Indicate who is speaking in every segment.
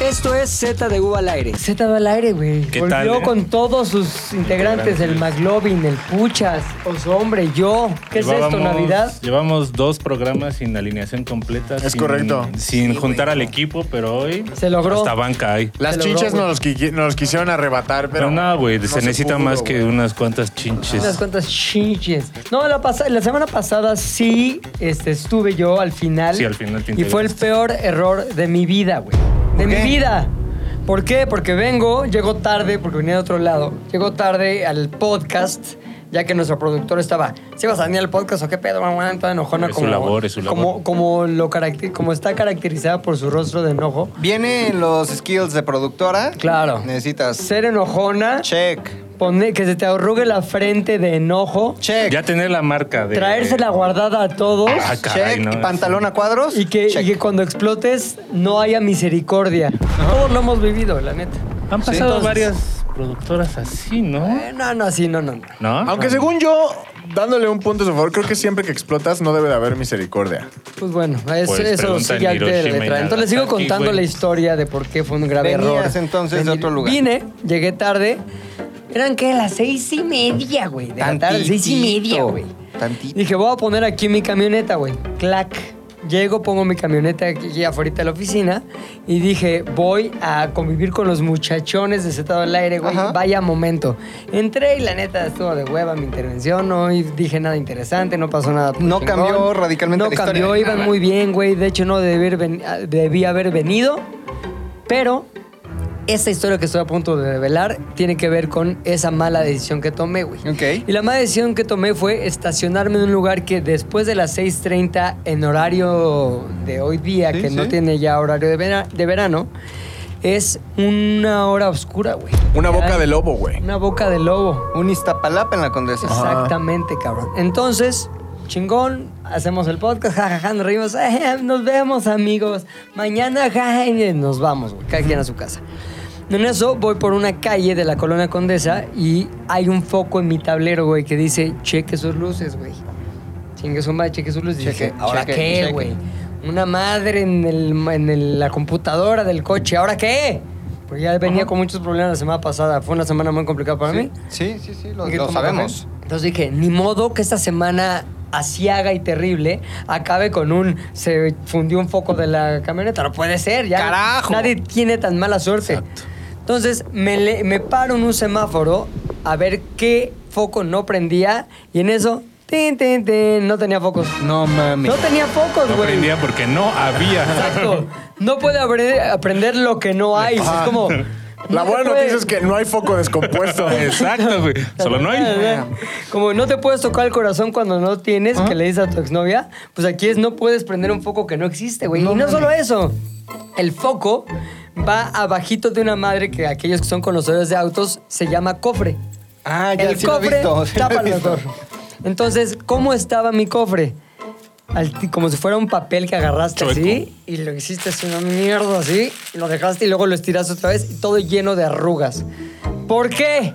Speaker 1: Esto es Z de U al aire.
Speaker 2: Z va al aire, güey.
Speaker 3: ¿Qué
Speaker 2: Volvió
Speaker 3: tal, eh?
Speaker 2: con todos sus integrantes, el McLovin, el Puchas, Osombre, yo. ¿Qué es esto,
Speaker 3: Llevábamos-
Speaker 2: Navidad?
Speaker 3: Llevamos dos programas sin alineación completa.
Speaker 4: Es
Speaker 3: sin-
Speaker 4: correcto.
Speaker 3: Sin juntar al equipo, pero hoy.
Speaker 2: Se logró.
Speaker 3: Hasta banca hay.
Speaker 4: Las
Speaker 2: Se logró,
Speaker 4: chinches
Speaker 2: güey.
Speaker 4: nos, qui- nos quisieron arrebatar, pero.
Speaker 3: Pero nada, güey,
Speaker 4: no
Speaker 3: se, necesita
Speaker 4: pudo,
Speaker 3: más
Speaker 4: güey.
Speaker 3: que unas cuantas chinches.
Speaker 2: Unas cuantas chinches. No, la, pasa- la semana pasada sí este, estuve yo al final.
Speaker 3: Sí, al final te
Speaker 2: Y fue el
Speaker 3: integraste.
Speaker 2: peor error de mi vida, güey. De mi vida. ¿Por qué? Porque vengo, llego tarde, porque venía de otro lado. Llego tarde al podcast, ya que nuestro productor estaba. ¿Sí vas a venir al podcast o qué pedo? Mamá, toda enojona
Speaker 3: Es su
Speaker 2: como.
Speaker 3: labor, es su labor.
Speaker 2: Como, como, lo caracter- como está caracterizada por su rostro de enojo.
Speaker 5: Vienen los skills de productora.
Speaker 2: Claro.
Speaker 5: Necesitas
Speaker 2: Ser enojona,
Speaker 5: check,
Speaker 2: poner, que se te arrugue la frente de enojo,
Speaker 5: check,
Speaker 3: Ya tener la marca de.
Speaker 2: traérsela guardada a todos.
Speaker 3: Ah, caray,
Speaker 5: check,
Speaker 3: no,
Speaker 5: pantalón a
Speaker 4: Pues,
Speaker 5: cuadros.
Speaker 2: Y que,
Speaker 5: check.
Speaker 2: y que cuando explotes no haya misericordia. Todos lo hemos vivido, la neta.
Speaker 3: Han
Speaker 2: Sí,
Speaker 3: pasado
Speaker 2: entonces-
Speaker 3: varias productoras así, ¿no?
Speaker 2: Eh, no, no, sí, no, no.
Speaker 3: ¿No?
Speaker 4: Aunque según yo, dándole un punto a su favor, creo que siempre que explotas no debe de haber misericordia.
Speaker 2: Pues bueno, es-
Speaker 3: Pues
Speaker 2: eso
Speaker 3: pregunta
Speaker 2: sí
Speaker 3: en
Speaker 2: ya te
Speaker 3: Hiroshima y
Speaker 2: detrás. Entonces les sigo
Speaker 3: Nagasaki,
Speaker 2: contando
Speaker 3: güey.
Speaker 2: la historia de por qué fue un grave
Speaker 5: Venías
Speaker 2: error.
Speaker 5: entonces de
Speaker 2: Vení-
Speaker 5: otro lugar.
Speaker 2: Vine, llegué tarde. Eran que las seis y media, güey. De la tarde, seis y media,
Speaker 5: Tantito,
Speaker 2: güey.
Speaker 5: Tantito.
Speaker 2: Dije, voy a poner aquí mi camioneta, güey. Clac. Llego, pongo mi camioneta aquí afuera de la oficina y dije, voy a convivir con los muchachones de Zetado al Aire, güey.
Speaker 5: Ajá.
Speaker 2: Vaya momento. Entré y la neta estuvo de hueva mi intervención. No y dije nada interesante, no pasó nada.
Speaker 5: No
Speaker 2: chingón.
Speaker 5: cambió radicalmente
Speaker 2: No
Speaker 5: la historia.
Speaker 2: cambió, iban muy bien, güey. De hecho, no debí haber, ven- debí haber venido. Pero esta historia que estoy a punto de revelar tiene que ver con esa mala decisión que tomé, güey.
Speaker 5: Ok.
Speaker 2: Y la mala decisión que tomé fue estacionarme en un lugar que después de las 6.30 en horario de hoy día,
Speaker 5: Sí,
Speaker 2: que no
Speaker 5: sí.
Speaker 2: tiene ya horario de, vera- de verano, es una hora oscura, güey.
Speaker 4: Una boca
Speaker 2: Ay,
Speaker 4: de lobo, güey.
Speaker 2: Una boca de lobo.
Speaker 5: Un Iztapalapa en la condesa.
Speaker 2: Exactamente, cabrón. Entonces, chingón, hacemos el podcast, jajaja, nos reímos, eh, nos vemos, amigos. Mañana, jajaja, y nos vamos, güey, cada quien a su casa. En eso voy por una calle de la Colonia Condesa y hay un foco en mi tablero, güey, que dice, cheque sus luces, güey. Chingue su madre, cheque sus luces.
Speaker 5: Cheque,
Speaker 2: Dije, ¿ahora
Speaker 5: cheque,
Speaker 2: qué,
Speaker 5: cheque.
Speaker 2: güey? Una madre en, el- en el- la computadora del coche, ¿ahora qué? Porque ya venía con muchos problemas la semana pasada. Fue una semana muy complicada para mí.
Speaker 5: Sí, sí, sí, lo,
Speaker 2: Hay que
Speaker 5: lo
Speaker 2: tomar
Speaker 5: sabemos.
Speaker 2: café. Entonces dije, ni modo que esta semana asiaga y terrible acabe con un se fundió un foco de la camioneta. No puede ser, ya.
Speaker 5: ¡Carajo!
Speaker 2: Nadie tiene tan mala suerte. Entonces me, le- me paro en un semáforo a ver qué foco no prendía y en eso, tin, tin, tin, no tenía focos.
Speaker 5: No mames.
Speaker 2: No tenía focos,
Speaker 3: No
Speaker 2: güey.
Speaker 3: prendía porque no había.
Speaker 2: Exacto. No puede apre- aprender lo que no hay. Es como.
Speaker 4: La
Speaker 2: no
Speaker 4: buena
Speaker 2: te
Speaker 4: noticia
Speaker 2: puede-
Speaker 4: es que no hay foco descompuesto.
Speaker 3: Exacto, güey. Solo no hay.
Speaker 2: Como no te puedes tocar el corazón cuando no tienes, que le dices a tu exnovia, pues aquí es no puedes prender un foco que no existe, güey. y no solo eso, el foco va abajito de una madre que aquellos que son conocedores de autos se llama cofre.
Speaker 5: Ah, ya
Speaker 2: el
Speaker 5: sí lo he
Speaker 2: cofre
Speaker 5: visto, sí lo he
Speaker 2: tapa el
Speaker 5: visto.
Speaker 2: motor. Entonces, ¿cómo estaba mi cofre? Al ti- como si fuera un papel que agarraste
Speaker 3: Chueco.
Speaker 2: así y lo hiciste así una mierda así, y lo dejaste y luego lo estiraste otra vez y todo lleno de arrugas. ¿Por qué?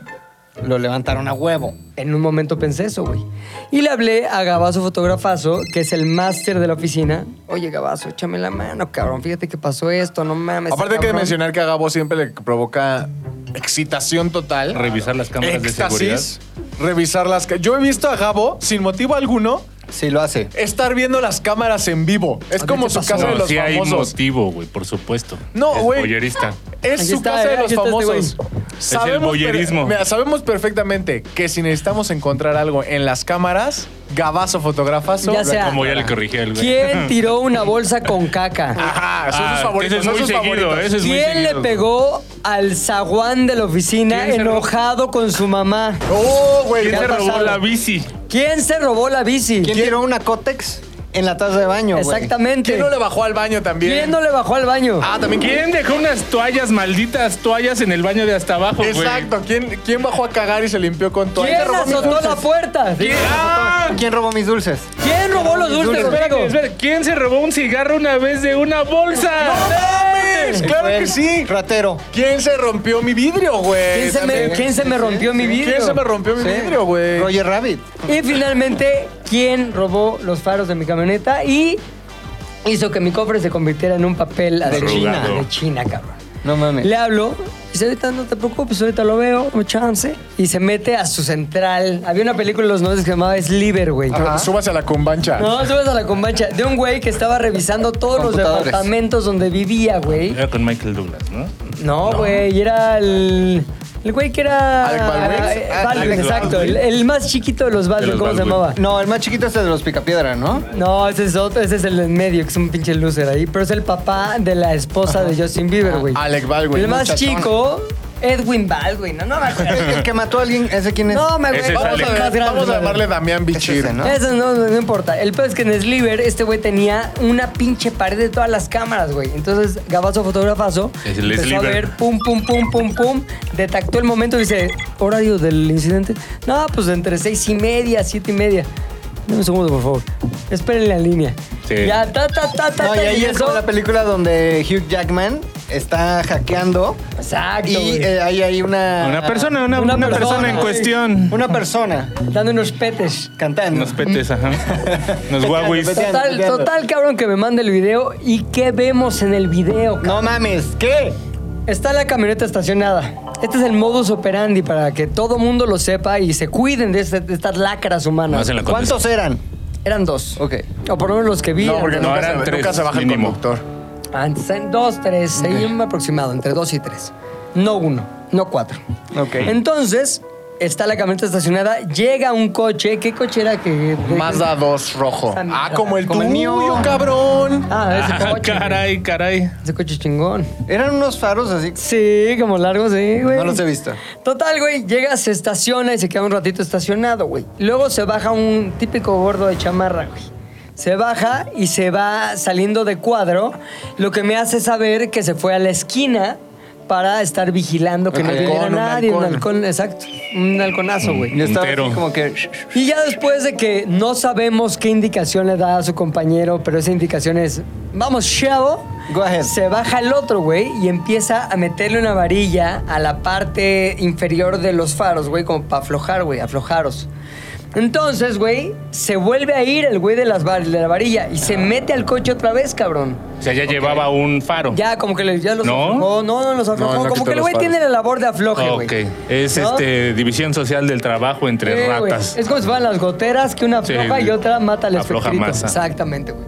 Speaker 5: Lo levantaron a huevo.
Speaker 2: En un momento pensé eso, güey. Y le hablé a Gabazo Fotografazo, que es el máster de la oficina. Oye, Gabazo, échame la mano, cabrón. Fíjate que pasó esto, no mames.
Speaker 4: Aparte hay que
Speaker 2: cabrón.
Speaker 4: mencionar que a Gabo siempre le provoca excitación total.
Speaker 3: Revisar las cámaras de seguridad.
Speaker 4: Éxtasis. Revisar las... ca- Yo he visto a Gabo, sin motivo alguno,
Speaker 5: Sí, lo hace.
Speaker 4: estar viendo las cámaras en vivo. Es
Speaker 2: ver,
Speaker 4: como
Speaker 2: ¿qué
Speaker 4: su
Speaker 2: pasó?
Speaker 4: casa de
Speaker 3: No,
Speaker 4: los
Speaker 3: sí hay
Speaker 4: famosos.
Speaker 3: motivo, güey, por supuesto.
Speaker 4: No,
Speaker 3: Es
Speaker 4: güey.
Speaker 3: Boyerista.
Speaker 4: Es
Speaker 2: Aquí
Speaker 4: su
Speaker 2: está,
Speaker 4: casa
Speaker 2: eh,
Speaker 4: de los
Speaker 2: aquí está este
Speaker 4: famosos.
Speaker 2: güey.
Speaker 3: Es el voyerismo.
Speaker 4: per- mira, sabemos perfectamente que si necesitamos encontrar algo en las cámaras, Gabazo fotografazo.
Speaker 2: Ya sea-
Speaker 3: Como ya le corrigí al güey.
Speaker 2: ¿Quién tiró una bolsa con caca?
Speaker 4: Ajá, son
Speaker 3: Ah,
Speaker 4: sus
Speaker 3: Ese
Speaker 4: favoritos.
Speaker 3: es
Speaker 4: son
Speaker 3: muy
Speaker 4: sus
Speaker 3: seguido.
Speaker 4: favoritos.
Speaker 3: Ese es muy
Speaker 2: ¿Quién le
Speaker 3: seguido.
Speaker 2: pegó al zaguán de la oficina
Speaker 3: ¿Quién se robó?
Speaker 2: enojado con su mamá?
Speaker 4: Oh, güey.
Speaker 3: ¿Quién
Speaker 2: ¿Qué
Speaker 3: se
Speaker 2: ha
Speaker 3: robó
Speaker 2: pasado?
Speaker 3: la bici?
Speaker 2: ¿Quién se robó la bici?
Speaker 5: ¿Quién tiró una cótex en la taza de baño, güey?
Speaker 2: Exactamente.
Speaker 4: ¿Quién no le bajó al baño también?
Speaker 2: ¿Quién no le bajó al baño?
Speaker 4: Ah, también.
Speaker 3: ¿Quién dejó unas toallas, malditas toallas en el baño de hasta abajo, güey?
Speaker 4: Exacto. ¿Quién, ¿Quién bajó a cagar y se limpió con todo?
Speaker 2: ¿Quién azotó la puerta?
Speaker 3: ¿Quién? ¡Ah!
Speaker 5: ¿Quién robó mis dulces?
Speaker 2: ¿Quién robó los dulces?
Speaker 3: Espérate,
Speaker 2: Rodrigo?
Speaker 3: espérate. ¿Quién se robó un cigarro una vez de una bolsa?
Speaker 4: Claro
Speaker 5: Fue
Speaker 2: Pues,
Speaker 4: que
Speaker 5: el
Speaker 4: sí.
Speaker 5: Ratero.
Speaker 4: ¿Quién se rompió mi vidrio, güey?
Speaker 2: ¿Quién se me,
Speaker 4: También.
Speaker 2: quién se me rompió mi vidrio?
Speaker 4: ¿Quién se me rompió mi vidrio, güey?
Speaker 5: Roger Rabbit.
Speaker 2: Y finalmente, ¿quién robó los faros de mi camioneta y hizo que mi cofre se convirtiera en un papel de
Speaker 3: Arrugado.
Speaker 2: China? De China, cabrón.
Speaker 5: No mames.
Speaker 2: Le hablo, dice, ahorita no te preocupes, ahorita lo veo, no chance. Y se mete a su central. Había una película en los 90 que se llamaba Sliver, güey.
Speaker 4: Súbase a la cumbancha.
Speaker 2: No, subes a la combancha de un güey que estaba revisando todos los
Speaker 5: Computadores.
Speaker 2: departamentos donde vivía, güey.
Speaker 3: Era con Michael Douglas, ¿no?
Speaker 2: No, güey, y era el. El güey que era.
Speaker 4: Alec Baldwin.
Speaker 2: eh,
Speaker 5: Ah,
Speaker 2: Baldwin,
Speaker 5: Alec
Speaker 2: exacto. El,
Speaker 3: Baldwin.
Speaker 2: el más chiquito de los Baldwin,
Speaker 3: De los
Speaker 2: ¿cómo se
Speaker 3: Baldwin.
Speaker 2: llamaba?
Speaker 5: No, el más chiquito es el de los Picapiedra, ¿no?
Speaker 2: No, ese es otro, ese es el en medio, que es un pinche loser ahí. Pero es el papá de la esposa de Justin Bieber, güey.
Speaker 4: Ah, Alec Baldwin,
Speaker 2: El más
Speaker 4: muchachón.
Speaker 2: chico, Edwin Baldwin. No, no me acuerdo.
Speaker 5: El que mató a alguien, ¿ese quién es?
Speaker 2: No, me
Speaker 3: Ese
Speaker 2: güey.
Speaker 3: es
Speaker 2: vamos a
Speaker 3: Alec.
Speaker 4: Vamos, a,
Speaker 2: ver,
Speaker 4: ver-
Speaker 2: grandes,
Speaker 4: vamos a
Speaker 2: güey.
Speaker 4: llamarle Damián Bichir.
Speaker 5: ese, ¿no?
Speaker 2: Eso no, no, no importa. El peor es que en Sliver, este güey tenía una pinche pared de todas las cámaras, güey. Entonces, Gabazo fotografazo
Speaker 3: Es el
Speaker 2: empezó a
Speaker 3: Sliver.
Speaker 2: ver, pum, pum, pum, pum, pum. Detectó el momento y dice, horario del incidente. No, pues entre seis y media, siete y media. Dame un segundo, por favor. Espérenle la línea.
Speaker 3: Sí.
Speaker 2: Ya, ta, ta, ta, ta,
Speaker 5: No, y
Speaker 2: ta,
Speaker 5: ahí es
Speaker 2: eso-
Speaker 5: como la película donde Hugh Jackman está hackeando
Speaker 2: Exacto,
Speaker 5: y
Speaker 2: güey.
Speaker 5: eh, hay ahí una...
Speaker 3: Una persona, una,
Speaker 2: Ah, Una
Speaker 3: una persona,
Speaker 2: persona,
Speaker 3: en
Speaker 2: güey.
Speaker 3: cuestión.
Speaker 5: Una persona
Speaker 2: Dando unos petes.
Speaker 5: cantando.
Speaker 3: Unos petes, ajá. Unos guauis.
Speaker 5: Veteando,
Speaker 2: Total,
Speaker 5: veteando.
Speaker 2: total, cabrón, que me mande el video. ¿Y qué vemos en el video, cabrón?
Speaker 5: No mames, ¿qué?
Speaker 2: Está la camioneta estacionada. Este es el modus operandi para que todo mundo lo sepa y se cuiden de, este- de estas lacras humanas.
Speaker 3: Más en la
Speaker 5: ¿Cuántos eran?
Speaker 2: Eran dos.
Speaker 5: Ok.
Speaker 2: O por lo menos los que vi.
Speaker 4: No,
Speaker 2: eran
Speaker 4: porque
Speaker 3: No,
Speaker 2: dos.
Speaker 4: nunca,
Speaker 3: eran
Speaker 4: se,
Speaker 3: tres,
Speaker 4: nunca se baja el
Speaker 3: mínimo.
Speaker 4: conductor.
Speaker 2: Antes eran dos, tres, ahí un aproximado, entre dos y tres. No uno, no cuatro.
Speaker 5: Ok.
Speaker 2: Entonces, está la camioneta estacionada, llega un coche. ¿Qué coche era que...?
Speaker 4: Mazda 2 rojo.
Speaker 2: Esa mierda.
Speaker 4: Ah, como el
Speaker 5: Como el mío.
Speaker 4: tuyo, cabrón.
Speaker 2: Ah, ese
Speaker 3: Ah,
Speaker 2: coche.
Speaker 3: caray, caray.
Speaker 2: Ese coche chingón.
Speaker 5: Eran unos faros así.
Speaker 2: Sí, como largo, sí, güey.
Speaker 5: No los he visto.
Speaker 2: Total, güey, llega, se estaciona y se queda un ratito estacionado, güey. Luego se baja un típico gordo de chamarra, güey. Se baja y se va saliendo de cuadro, lo que me hace saber que se fue a la esquina para estar vigilando que no
Speaker 5: Ok.
Speaker 2: llegara
Speaker 4: Halcón, un
Speaker 2: nadie. Un
Speaker 4: halcón.
Speaker 2: halcón, exacto. Un halconazo, güey.
Speaker 5: Yo estaba así
Speaker 3: Entero.
Speaker 5: como que...
Speaker 2: Y ya después de que no sabemos qué indicación le da a su compañero, pero esa indicación es, vamos, chavo.
Speaker 5: Go ahead.
Speaker 2: Se baja el otro, güey, y empieza a meterle una varilla a la parte inferior de los faros, güey, como para aflojar, güey, aflojaros. Entonces, güey, se vuelve a ir el güey de, las var- de la varilla y
Speaker 5: Ah.
Speaker 2: se mete al coche otra vez, cabrón.
Speaker 3: O sea, ya llevaba un faro.
Speaker 2: Ya, como que le- ya los
Speaker 3: ¿No?
Speaker 2: aflojó. No, no, los aflojó.
Speaker 4: No, no
Speaker 2: como
Speaker 4: quitó
Speaker 2: que el
Speaker 4: los
Speaker 2: güey
Speaker 4: faros.
Speaker 2: tiene la labor de afloje,
Speaker 3: Ah,
Speaker 2: güey.
Speaker 3: ok. Es
Speaker 2: ¿No?
Speaker 3: este división social del trabajo entre
Speaker 2: Sí, güey.
Speaker 3: ratas.
Speaker 2: Es como si fueran las goteras, que una
Speaker 3: Sí,
Speaker 2: afloja y otra mata al
Speaker 3: afloja
Speaker 2: espectrito.
Speaker 3: masa.
Speaker 2: Exactamente, güey.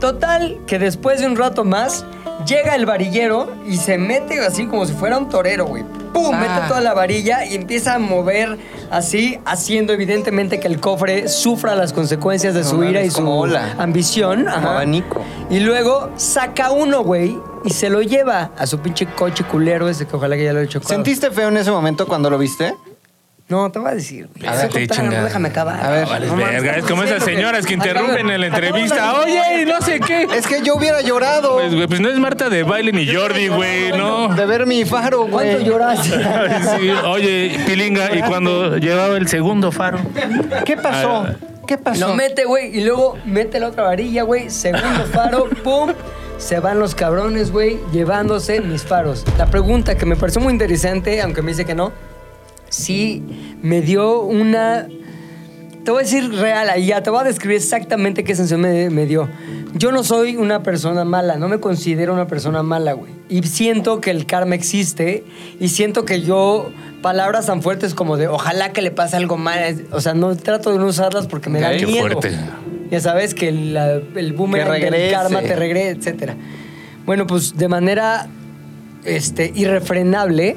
Speaker 2: Total, que después de un rato más, llega el varillero y se mete así como si fuera un torero, güey. ¡Pum!
Speaker 5: Ah.
Speaker 2: Mete toda la varilla y empieza a mover así, haciendo evidentemente que el cofre sufra las consecuencias de
Speaker 5: No
Speaker 2: su
Speaker 5: mames,
Speaker 2: ira y su
Speaker 5: como ola.
Speaker 2: ambición. Ajá.
Speaker 5: abanico.
Speaker 2: Y luego saca uno, güey, y se lo lleva a su pinche coche culero ese que ojalá que ya lo he chocado.
Speaker 5: ¿Sentiste feo en ese momento cuando lo viste?
Speaker 2: No, te voy a decir. güey.
Speaker 3: A
Speaker 2: Estoy
Speaker 3: ver, te
Speaker 2: contando,
Speaker 3: chinga.
Speaker 2: déjame acabar.
Speaker 5: A ver.
Speaker 3: Vale,
Speaker 5: No mames,
Speaker 3: verga, es como esas señoras que interrumpen en la entrevista.
Speaker 2: Acabamos la-
Speaker 3: Oye, y no sé qué.
Speaker 5: Es que yo hubiera llorado
Speaker 3: Pues, güey, pues no es Marta de baile ni Jordi, güey, no.
Speaker 5: de ver mi faro, güey.
Speaker 2: ¿Cuánto lloraste?
Speaker 3: Ay, sí. Oye, Pilinga, y cuando llevaba el segundo faro.
Speaker 5: ¿Qué pasó?
Speaker 3: Ah.
Speaker 5: ¿Qué pasó?
Speaker 2: Lo mete, güey, y luego mete la otra varilla, güey. Segundo faro, pum. Se van los cabrones, güey, llevándose mis faros. La pregunta que me pareció muy interesante, aunque me dice que no, sí me dio una. Te voy a decir real ahí, ya te voy a describir exactamente qué sensación me, me dio. Yo no soy una persona mala, no me considero una persona mala, güey. Y siento que el karma existe y siento que yo, palabras tan fuertes como de ojalá que le pase algo mal, es- o sea, no trato de no usarlas porque me da
Speaker 3: Qué
Speaker 2: miedo.
Speaker 3: fuerte.
Speaker 2: Ya sabes que la- el boomerang
Speaker 5: Que
Speaker 2: del
Speaker 5: regrese.
Speaker 2: karma te regresa, etcétera. Bueno, pues de manera este, irrefrenable,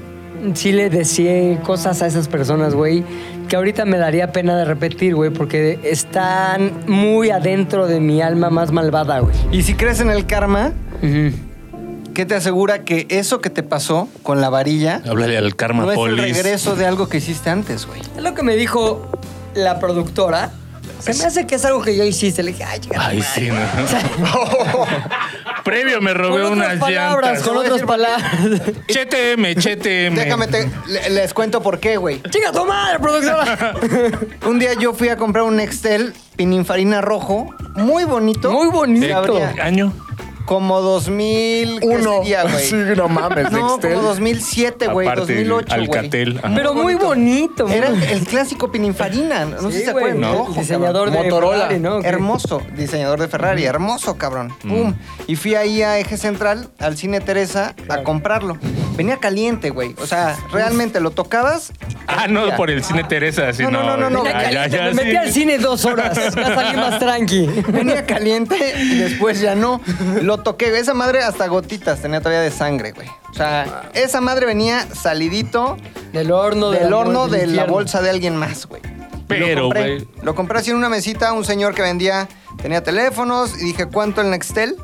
Speaker 2: sí le decía cosas a esas personas, güey, que ahorita me daría pena de repetir, güey, porque están muy adentro de mi alma más malvada, güey.
Speaker 5: Y si crees en el karma,
Speaker 2: Ujú.
Speaker 5: ¿qué te asegura que eso que te pasó con la varilla
Speaker 3: Háblale al Karma
Speaker 5: no es el
Speaker 3: Polis.
Speaker 5: regreso de algo que hiciste antes, güey?
Speaker 2: Es lo que me dijo la productora. Se me hace que es algo que yo hiciste. Le dije, ay, chica,
Speaker 3: Ay, sí, no. Previo me
Speaker 2: con
Speaker 3: robé
Speaker 2: otras
Speaker 3: unas
Speaker 2: palabras,
Speaker 3: llantas.
Speaker 2: con otras palabras.
Speaker 3: Cheteme, cheteme.
Speaker 5: Déjame, te, le- les cuento por qué, güey.
Speaker 2: Chica, tu madre, productora.
Speaker 5: Un día yo fui a comprar un Nextel Pininfarina rojo, muy bonito.
Speaker 2: Muy bonito.
Speaker 5: Se abría
Speaker 3: ¿Año?
Speaker 5: Como 2000. ¿qué
Speaker 4: Uno.
Speaker 5: sería, güey?
Speaker 4: Sí, no mames,
Speaker 5: No,
Speaker 4: Nextel.
Speaker 5: como 2007, güey.
Speaker 3: Aparte,
Speaker 5: 2008, güey.
Speaker 3: Alcatel, ajá.
Speaker 2: Pero muy bonito,
Speaker 5: Era
Speaker 2: muy-
Speaker 5: el clásico Pininfarina. No sé si
Speaker 2: Sí,
Speaker 5: se
Speaker 2: güey,
Speaker 5: acuerdan.
Speaker 3: ¿no?
Speaker 5: rojo,
Speaker 2: Diseñador
Speaker 5: cabrón.
Speaker 2: de
Speaker 5: Motorola.
Speaker 2: Ferrari, ¿no? ¿O qué?
Speaker 5: Hermoso. Diseñador de Ferrari. Hermoso, cabrón.
Speaker 3: Mm.
Speaker 5: Pum. Y fui ahí a Eje Central, al Cine Teresa, a comprarlo. Venía caliente, güey. O sea, realmente lo tocabas. y
Speaker 3: Ah, no,
Speaker 5: prendía.
Speaker 3: por el cine Teresa, sí,
Speaker 5: No, no,
Speaker 3: no.
Speaker 5: no, no, no,
Speaker 3: ya, ya, ya,
Speaker 2: me metí
Speaker 3: sí.
Speaker 2: al cine dos horas. Ya salí más tranqui.
Speaker 5: Venía caliente y después ya no. Lo toqué. Esa madre hasta gotitas tenía todavía de sangre, güey. O sea, esa madre venía salidito
Speaker 2: Del horno, de
Speaker 5: del
Speaker 2: la
Speaker 5: horno
Speaker 2: bolsa
Speaker 5: de
Speaker 2: del
Speaker 5: la
Speaker 2: infierno.
Speaker 5: bolsa de alguien más, güey. Y
Speaker 3: Pero,
Speaker 5: lo compré.
Speaker 3: güey.
Speaker 5: Lo compré así en una mesita, un señor que vendía, tenía teléfonos y dije, ¿cuánto el Nextel?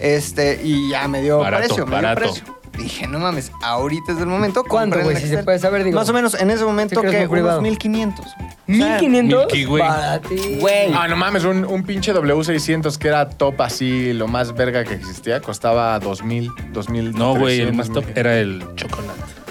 Speaker 5: Este, y ya me dio
Speaker 3: Barato,
Speaker 5: precio, me dio
Speaker 3: barato.
Speaker 5: precio. Dije, no mames, ahorita es el momento.
Speaker 2: ¿Cuánto,
Speaker 5: compré el
Speaker 2: güey? Si se
Speaker 5: Nextel.
Speaker 2: puede saber, digo.
Speaker 5: Más o menos en ese momento
Speaker 2: Sí, creo que
Speaker 5: que
Speaker 2: es muy privado.
Speaker 5: unos 1500.
Speaker 2: ¿1500?
Speaker 3: Milky, güey.
Speaker 2: Para ti.
Speaker 5: Güey.
Speaker 4: Ah, no mames, un, un pinche W600 que era top así, lo más verga que existía, costaba 2000, 2000.
Speaker 3: No, güey, el
Speaker 4: 300,
Speaker 3: más top
Speaker 4: 2000.
Speaker 3: era el chocolate.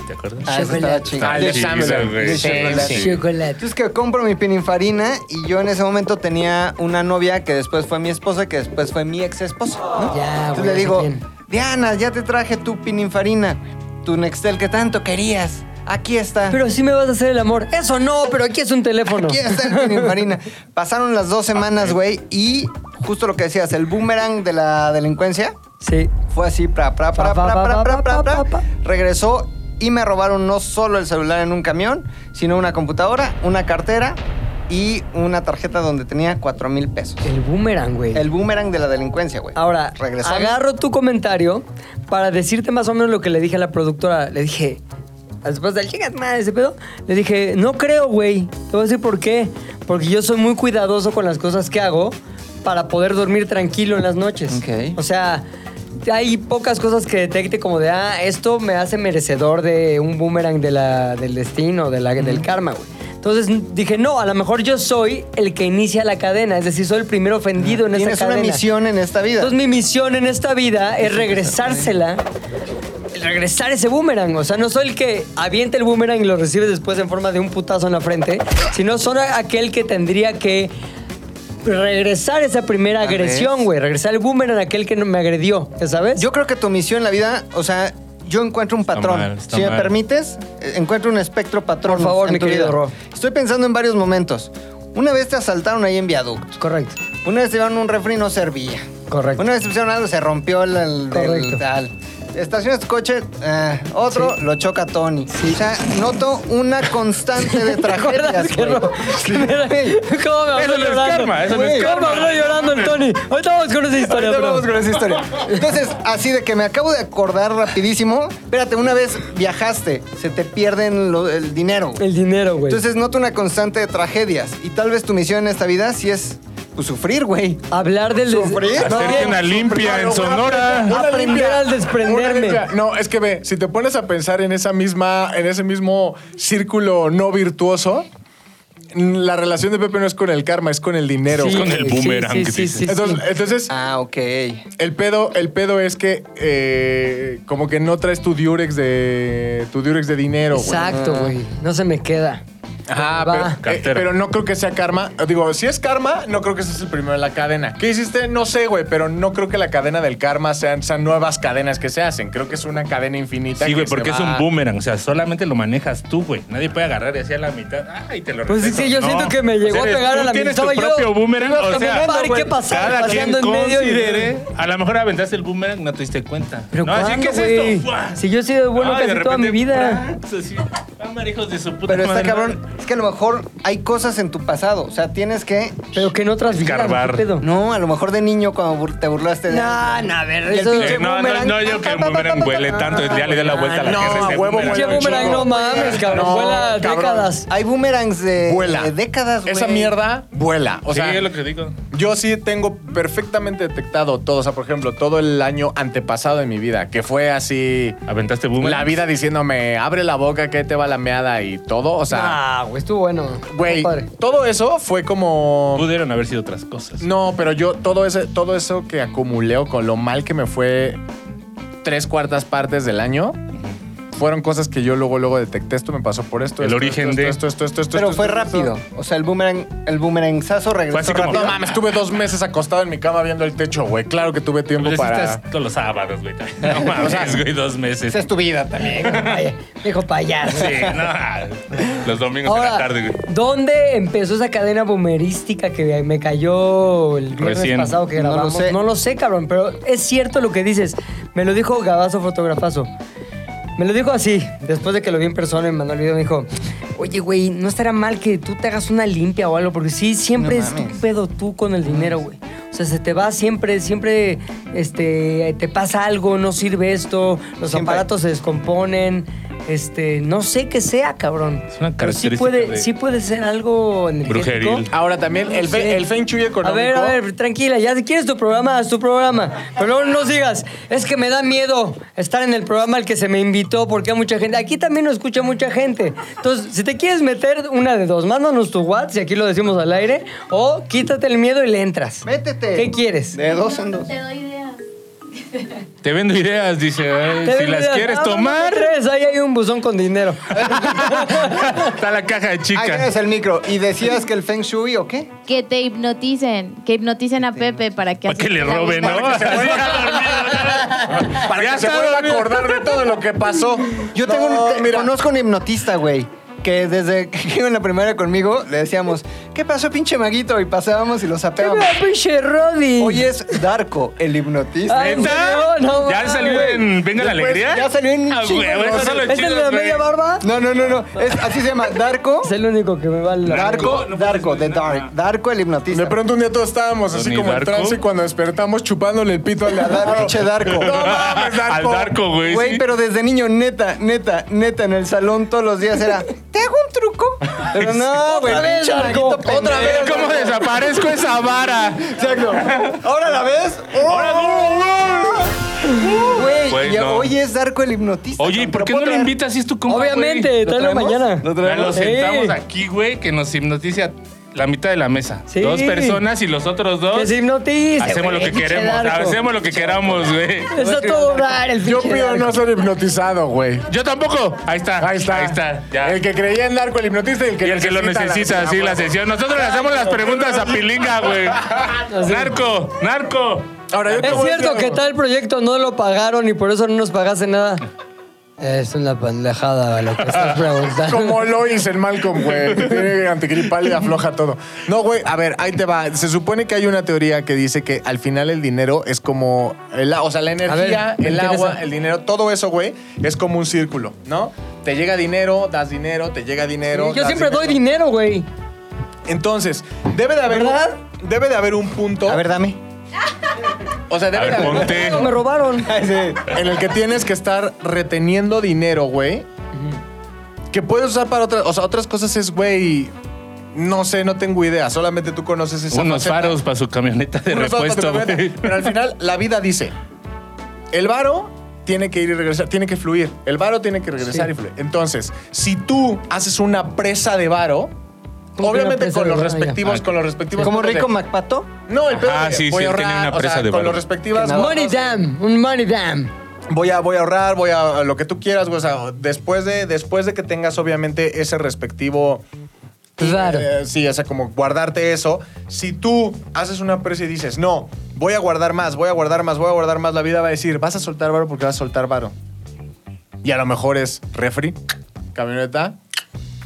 Speaker 3: ¿Te acuerdas?
Speaker 5: Ah, ese estaba
Speaker 2: Chocolate.
Speaker 5: chingón.
Speaker 4: Ah, el de
Speaker 3: Sí,
Speaker 4: Chamberlain,
Speaker 3: güey.
Speaker 4: de
Speaker 3: Sí,
Speaker 4: Chamberlain.
Speaker 3: sí.
Speaker 2: Chocolate.
Speaker 5: Entonces que compro mi pininfarina y yo en ese momento tenía una novia que después fue mi esposa, que después fue mi ex esposa. ¿no?
Speaker 2: Ya,
Speaker 5: Entonces
Speaker 2: güey,
Speaker 5: le digo,
Speaker 2: bien.
Speaker 5: Diana, ya te traje tu pininfarina, tu Nextel que tanto querías. Aquí está.
Speaker 2: Pero sí me vas a hacer el amor. Eso no, pero aquí es un teléfono.
Speaker 5: Aquí está el pininfarina. Pasaron las dos semanas, güey, y justo lo que decías, el boomerang de la delincuencia
Speaker 2: Sí.
Speaker 5: fue así, pra, pra, pra, pra, pra, pra, pra, pra. Regresó y me robaron no solo el celular en un camión, sino una computadora, una cartera y una tarjeta donde tenía 4 mil pesos.
Speaker 2: El boomerang, güey.
Speaker 5: El boomerang de la delincuencia, güey.
Speaker 2: Ahora,
Speaker 5: regresó.
Speaker 2: agarro tu comentario para decirte más o menos lo que le dije a la productora. Le dije, después del chingas madre ese pedo, le dije, no creo, güey. Te voy a decir por qué. Porque yo soy muy cuidadoso con las cosas que hago para poder dormir tranquilo en las noches.
Speaker 5: Ok.
Speaker 2: O sea, hay pocas cosas que detecte como de, ah, esto me hace merecedor de un boomerang de la- del destino, de la, del karma, güey. Entonces dije, no, a lo mejor yo soy el que inicia la cadena, es decir, soy el primer ofendido en esa
Speaker 5: Tienes una
Speaker 2: cadena.
Speaker 5: misión en esta vida.
Speaker 2: Entonces mi misión en esta vida es regresársela, regresar ese boomerang. O sea, no soy el que avienta el boomerang y lo recibe después en forma de un putazo en la frente, sino soy aquel que tendría que regresar esa primera
Speaker 5: ver.
Speaker 2: agresión, güey. Regresar el boomerang a aquel que no me agredió, ¿ya sabes?
Speaker 5: Yo creo que tu misión en la vida, o sea, yo encuentro un patrón.
Speaker 3: mal, está
Speaker 5: si me
Speaker 3: mal.
Speaker 5: permites, eh, encuentro un espectro patrón.
Speaker 2: Por favor,
Speaker 5: en
Speaker 2: mi
Speaker 5: tu
Speaker 2: querido
Speaker 5: vida.
Speaker 2: Ro.
Speaker 5: Estoy pensando en varios momentos. Una vez te asaltaron ahí en viaducto.
Speaker 2: Correcto.
Speaker 5: Una vez te llevaron un refri y no servía.
Speaker 2: Correcto.
Speaker 5: Una vez te pusieron algo, se rompió el, el-
Speaker 2: Correcto.
Speaker 5: del tal. Estacionas tu coche, eh, otro lo choca Tony. O sea, noto una constante de
Speaker 2: ¿Te acuerdas
Speaker 5: tragedias.
Speaker 2: que
Speaker 5: güey.
Speaker 2: no? Mira, ¿Cómo me habló
Speaker 3: Eso no es
Speaker 2: llorando?
Speaker 3: karma, eso no es
Speaker 2: Güey, ¿Cómo
Speaker 3: karma.
Speaker 2: me habló llorando el Tony? Ahorita vamos con esa historia,
Speaker 5: Ahorita
Speaker 2: bro.
Speaker 5: vamos con esa historia. Entonces, así de que me acabo de acordar rapidísimo. Espérate, una vez viajaste, se te pierden lo- el dinero. güey.
Speaker 2: El dinero, güey.
Speaker 5: Entonces noto una constante de tragedias. Y tal vez tu misión en esta vida sí es pues, sufrir, güey.
Speaker 2: Hablar del... des-
Speaker 5: Sufrir.
Speaker 2: No,
Speaker 3: Hacerte
Speaker 2: bien.
Speaker 3: una limpia en Sonora.
Speaker 4: Una
Speaker 2: Aprender
Speaker 4: limpia,
Speaker 2: al desprenderme.
Speaker 4: una limpia. No, es que ve, si te pones a pensar en esa misma, en ese mismo círculo no virtuoso, la relación de Pepe no es con el karma, es con el dinero.
Speaker 3: Sí,
Speaker 4: güey.
Speaker 3: con el boomerang
Speaker 2: Sí,
Speaker 3: que
Speaker 2: sí,
Speaker 3: dices.
Speaker 2: sí, sí,
Speaker 4: entonces,
Speaker 2: sí.
Speaker 4: entonces
Speaker 5: Ah, ok.
Speaker 4: el pedo, el pedo es que eh, como que no traes tu diurex de tu diurex de dinero. güey.
Speaker 2: Exacto, güey. No se me queda.
Speaker 4: Ajá,
Speaker 2: Ah, Va.
Speaker 4: pero, eh,
Speaker 3: Cartera.
Speaker 4: pero no creo que sea karma. Digo, si es karma, no creo que ese es el primero de la cadena. ¿Qué hiciste? No sé, güey, pero no creo que la cadena del karma sean, sean nuevas cadenas que se hacen. Creo que es una cadena infinita.
Speaker 3: Sí,
Speaker 4: que
Speaker 3: güey,
Speaker 4: se
Speaker 3: porque es
Speaker 4: va-
Speaker 3: un boomerang. O sea, solamente lo manejas tú, güey. Nadie puede agarrar y hacia la mitad. Ay, te lo
Speaker 2: Pues sí,
Speaker 3: regreso.
Speaker 2: sí, yo
Speaker 3: No.
Speaker 2: siento que me llegó
Speaker 3: O sea,
Speaker 2: a
Speaker 3: eres-
Speaker 2: pegar
Speaker 3: tú
Speaker 2: a la
Speaker 3: tienes tu
Speaker 2: mitad, yo-
Speaker 3: propio boomerang.
Speaker 2: Ibas
Speaker 3: O sea,
Speaker 2: caminando, Par, ¿qué güey. pasaba?
Speaker 3: Cada quien
Speaker 2: Paseando en medio y-
Speaker 3: considere. A lo mejor aventaste el boomerang, no te diste cuenta.
Speaker 2: Pero
Speaker 3: no,
Speaker 2: ¿cuándo,
Speaker 3: así que es
Speaker 2: güey?
Speaker 3: esto. ¡Fua!
Speaker 2: Si yo he sido bueno
Speaker 3: Ay, de
Speaker 2: casi toda mi
Speaker 3: repente,
Speaker 2: vida.
Speaker 3: ¡prax! Así, cámara, hijos de su puta
Speaker 5: Pero está
Speaker 3: madre.
Speaker 5: cabrón. Es que a lo mejor hay cosas en tu pasado. O sea, tienes que.
Speaker 2: Pero que en otras vidas,
Speaker 3: Escarbar.
Speaker 2: ¿qué pedo?
Speaker 5: No, a lo mejor de niño cuando bur- te burlaste de.
Speaker 2: No, no, a ver,
Speaker 5: Y el
Speaker 2: eso...
Speaker 5: pinche
Speaker 3: Eh, no, no,
Speaker 5: boomerang. Ah,
Speaker 3: no, yo que el boomerang huele tanto, ya le da la vuelta a la
Speaker 4: No,
Speaker 3: tierra. este
Speaker 4: a huevo,
Speaker 2: Pinche
Speaker 4: huele un
Speaker 2: boomerang,
Speaker 4: chingo.
Speaker 2: no mames, cabrón.
Speaker 4: No,
Speaker 2: Vuela
Speaker 4: cabrón.
Speaker 2: décadas.
Speaker 5: Hay boomerangs de,
Speaker 4: Vuela.
Speaker 5: de décadas, güey.
Speaker 4: Esa mierda vuela. O
Speaker 3: Sí,
Speaker 4: sea,
Speaker 3: es lo que digo.
Speaker 4: yo sí tengo perfectamente detectado todo. O sea, por ejemplo, todo el año antepasado de mi vida, que fue así.
Speaker 3: Aventaste boomerang.
Speaker 4: La vida diciéndome, abre la boca, que te va la meada y todo. O sea,
Speaker 2: Ah, güey, estuvo bueno.
Speaker 4: güey,
Speaker 2: Está padre.
Speaker 4: todo eso fue como.
Speaker 3: Pudieron haber sido otras cosas.
Speaker 4: No, pero yo todo, ese, todo eso que acumulé o con lo mal que me fue tres cuartas partes del año, fueron cosas que yo luego, luego detecté. Esto me pasó por esto.
Speaker 3: El
Speaker 4: esto,
Speaker 3: origen
Speaker 4: esto,
Speaker 3: de-
Speaker 4: Esto, esto, esto, esto,
Speaker 5: Pero
Speaker 4: esto,
Speaker 5: fue
Speaker 4: esto, esto.
Speaker 5: rápido. O sea, el boomerang, el boomerangzazo regresó
Speaker 3: Fue así como-
Speaker 5: rápido.
Speaker 4: No mames, estuve dos meses acostado en mi cama viendo el techo, güey. Claro que tuve tiempo
Speaker 3: Pero sí
Speaker 4: para.
Speaker 3: Pues estás todos los sábados, güey. también. No mames, güey, dos meses.
Speaker 5: Esa es tu vida también.
Speaker 2: Dijo payaso.
Speaker 3: Sí, no. Los domingos en la
Speaker 2: Ahora,
Speaker 3: tarde, güey.
Speaker 2: ¿dónde empezó esa cadena boomerística que me cayó el viernes
Speaker 3: Recién.
Speaker 2: pasado que
Speaker 5: No lo
Speaker 2: grabamos? No lo,
Speaker 5: sé.
Speaker 2: sé. cabrón, pero es cierto lo que dices. Me lo dijo Gabazo Fotografazo. Me lo dijo así, después de que lo vi en persona y me mandó el video, me dijo, oye, güey, no estará mal que tú te hagas una limpia o algo, porque sí, siempre
Speaker 5: No
Speaker 2: es tu
Speaker 5: mames.
Speaker 2: pedo tú con el dinero, güey. O sea, se te va siempre, siempre este, te pasa algo, no sirve esto, los
Speaker 5: Siempre.
Speaker 2: aparatos se descomponen, este, no sé qué sea, cabrón.
Speaker 3: Es una
Speaker 2: Pero sí
Speaker 3: característica
Speaker 2: puede,
Speaker 3: de-
Speaker 2: sí puede ser algo energético. Ah,
Speaker 3: Brujeril.
Speaker 4: Ahora también, el, fe-
Speaker 2: Sí.
Speaker 4: el Feng Shui económico.
Speaker 2: A ver, a ver, tranquila, ya si quieres tu programa, haz tu programa. Pero luego no nos digas, es que me da miedo estar en el programa al que se me invitó, porque hay mucha gente. Aquí también nos escucha mucha gente. Entonces, si te quieres meter una de dos, mándanos tu WhatsApp, y aquí lo decimos al aire, o quítate el miedo y le entras.
Speaker 5: Métete.
Speaker 2: ¿Qué quieres?
Speaker 5: De dos en dos.
Speaker 6: Te doy ideas.
Speaker 3: Te vendo ideas, dice. ay,
Speaker 2: Te
Speaker 3: si
Speaker 2: ven,
Speaker 3: las
Speaker 2: mira,
Speaker 3: quieres
Speaker 2: ah, no, no,
Speaker 3: tomar,
Speaker 2: tres, ahí hay un buzón con dinero.
Speaker 3: está la caja de
Speaker 5: Ahí
Speaker 3: chica.
Speaker 5: tienes el micro. ¿Y decías que el Feng Shui o qué?
Speaker 6: Que te hipnoticen, que hipnoticen a Pepe para que...
Speaker 3: Para
Speaker 6: así
Speaker 3: que le
Speaker 6: te la
Speaker 3: roben, ¿no?
Speaker 6: gusta.
Speaker 3: Así, a dormir, ¿no?
Speaker 4: Para
Speaker 3: Ya
Speaker 4: que se
Speaker 3: está
Speaker 4: vuelva a
Speaker 3: dormido.
Speaker 4: acordar de todo lo que pasó.
Speaker 5: Yo
Speaker 4: No,
Speaker 5: tengo un, te-
Speaker 4: mira,
Speaker 5: conozco un hipnotista, güey. Que desde que iba en la primera conmigo le decíamos, ¿qué pasó, pinche maguito? Y pasábamos y lo sapeábamos.
Speaker 2: Mira, pinche Roddy.
Speaker 5: Hoy es Darko, el hipnotista.
Speaker 4: Ah.
Speaker 2: Ay,
Speaker 3: ¿Neta?
Speaker 2: No, no,
Speaker 3: ¿Ya
Speaker 2: mames.
Speaker 3: salió en Venga la
Speaker 5: Después,
Speaker 3: Alegría?
Speaker 5: ya salió en un
Speaker 3: Ah,
Speaker 5: chingo de
Speaker 3: güey, eso
Speaker 5: cosas.
Speaker 3: es lo
Speaker 2: Este ¿Es el de la
Speaker 3: chido,
Speaker 2: media
Speaker 3: güey.
Speaker 2: barba?
Speaker 5: No, no, no, no. Es, así se llama Darko.
Speaker 2: Es el único que me va al...
Speaker 5: Darko,
Speaker 3: no
Speaker 5: Darko,
Speaker 3: puedes
Speaker 5: de
Speaker 3: decir nada.
Speaker 5: Dark. Darko el hipnotista.
Speaker 4: De pronto un día todos estábamos así
Speaker 3: Tony
Speaker 4: como en
Speaker 3: Darko.
Speaker 4: trance y cuando despertamos chupándole el pito al de al lado.
Speaker 5: Ah, pinche Darko.
Speaker 4: No mames,
Speaker 3: Al
Speaker 4: Darko.
Speaker 3: Darko, güey.
Speaker 5: Güey,
Speaker 3: sí.
Speaker 5: pero desde niño, neta, neta, neta, en el salón todos los días era, ¿te hago un truco? Pero no, güey,
Speaker 2: Otra vez,
Speaker 5: pinche
Speaker 2: Darko.
Speaker 5: maguito pendejo.
Speaker 4: Otra vez.
Speaker 3: ¿Cómo desaparezco esa vara?
Speaker 5: Exacto. Ahora la ves. Oh.
Speaker 3: Ahora, no, no.
Speaker 5: Güey,
Speaker 3: Güey,
Speaker 5: ya-
Speaker 3: no.
Speaker 5: hoy es Darko el hipnotista.
Speaker 3: Oye, ¿y
Speaker 5: cabrón,
Speaker 3: por qué
Speaker 5: pero
Speaker 3: no lo
Speaker 5: puedo traer-
Speaker 3: invitas si es tu compa, güey?
Speaker 2: Obviamente,
Speaker 5: ¿Lo
Speaker 2: tráelo
Speaker 5: traemos?
Speaker 2: mañana.
Speaker 5: ¿Lo
Speaker 3: Ya lo
Speaker 5: traemos?
Speaker 2: Sí.
Speaker 3: sentamos aquí, güey, que nos hipnotice a la mitad de la mesa.
Speaker 2: Sí.
Speaker 3: Dos personas y los otros dos.
Speaker 2: Que se hipnotice.
Speaker 3: Hacemos lo
Speaker 2: güey,
Speaker 3: que
Speaker 2: pinche
Speaker 3: queremos,
Speaker 2: Darko.
Speaker 3: hacemos lo que queramos, güey.
Speaker 2: Está todo dar el
Speaker 4: Yo
Speaker 2: pinche
Speaker 4: pido
Speaker 2: Darko.
Speaker 4: no ser hipnotizado, güey.
Speaker 3: Yo tampoco. Ahí está.
Speaker 4: Ahí está.
Speaker 3: Ahí está. Ya.
Speaker 4: El que creía en Darko, el hipnotista y el que,
Speaker 3: y el que lo necesita,
Speaker 4: la-
Speaker 3: sí, la sesión. Nosotros le hacemos las preguntas a Pilinga, güey. Narco, narco.
Speaker 4: Ahora, yo te
Speaker 2: Es
Speaker 4: voy a
Speaker 2: cierto
Speaker 4: decir
Speaker 2: que
Speaker 4: algo.
Speaker 2: tal proyecto no lo pagaron y por eso no nos pagaste nada. Es una pendejada lo que estás preguntando.
Speaker 4: Como Lois en Malcolm, güey. que Tiene antigripal y afloja todo. No, güey, a ver, ahí te va. Se supone que hay una teoría que dice que al final el dinero es como. el a- o sea, la energía,
Speaker 2: me
Speaker 4: el
Speaker 2: interesa.
Speaker 4: agua, el dinero, todo eso, güey, es como un círculo, ¿no? Te llega dinero, das dinero, te llega dinero.
Speaker 2: Yo
Speaker 4: das
Speaker 2: siempre doy dinero, güey.
Speaker 4: Entonces, debe de haber.
Speaker 2: ¿Verdad?
Speaker 4: Debe de haber un punto.
Speaker 5: A ver, dame.
Speaker 4: o sea,
Speaker 3: A
Speaker 4: debe de
Speaker 3: ver,
Speaker 4: haber.
Speaker 3: ponte.
Speaker 2: Me robaron.
Speaker 4: en el que tienes que estar reteniendo dinero, güey. Que puedes usar para otras, o sea, otras cosas es, güey, no sé, no tengo idea. Solamente tú conoces esa
Speaker 3: Unos
Speaker 4: faceta.
Speaker 3: faros para su camioneta de
Speaker 4: Unos faros
Speaker 3: repuesto,
Speaker 4: para tu
Speaker 3: güey.
Speaker 4: camioneta. Pero al final, la vida dice, el varo tiene que ir y regresar, tiene que fluir. El varo tiene que regresar
Speaker 2: Sí.
Speaker 4: y fluir. Entonces, si tú haces una presa de varo,
Speaker 2: ¿Cómo que una
Speaker 4: obviamente
Speaker 2: presa
Speaker 4: con
Speaker 2: de
Speaker 4: los
Speaker 2: varo? Ya.
Speaker 4: respectivos,
Speaker 3: Ah.
Speaker 4: con los respectivos...
Speaker 5: Como
Speaker 4: tipos de-
Speaker 5: rico Macpato.
Speaker 4: No, el pedo
Speaker 3: Ah,
Speaker 4: de,
Speaker 3: sí,
Speaker 4: voy
Speaker 3: sí,
Speaker 4: a
Speaker 3: él
Speaker 4: ahorrar,
Speaker 3: tenía una
Speaker 4: o
Speaker 3: presa
Speaker 4: sea,
Speaker 3: de
Speaker 4: con
Speaker 3: varo.
Speaker 4: los respectivas...
Speaker 2: Money
Speaker 4: botas,
Speaker 2: dam, un money dam.
Speaker 4: voy a, voy a ahorrar, voy a, a lo que tú quieras, güey. O sea, después de, después de que tengas, obviamente, ese respectivo.
Speaker 2: Claro.
Speaker 4: eh, sí, o sea, como guardarte eso. Si tú haces una presa y dices, no, voy a guardar más, voy a guardar más, voy a guardar más, la vida va a decir, vas a soltar varo porque vas a soltar varo. Y a lo mejor es refri, camioneta,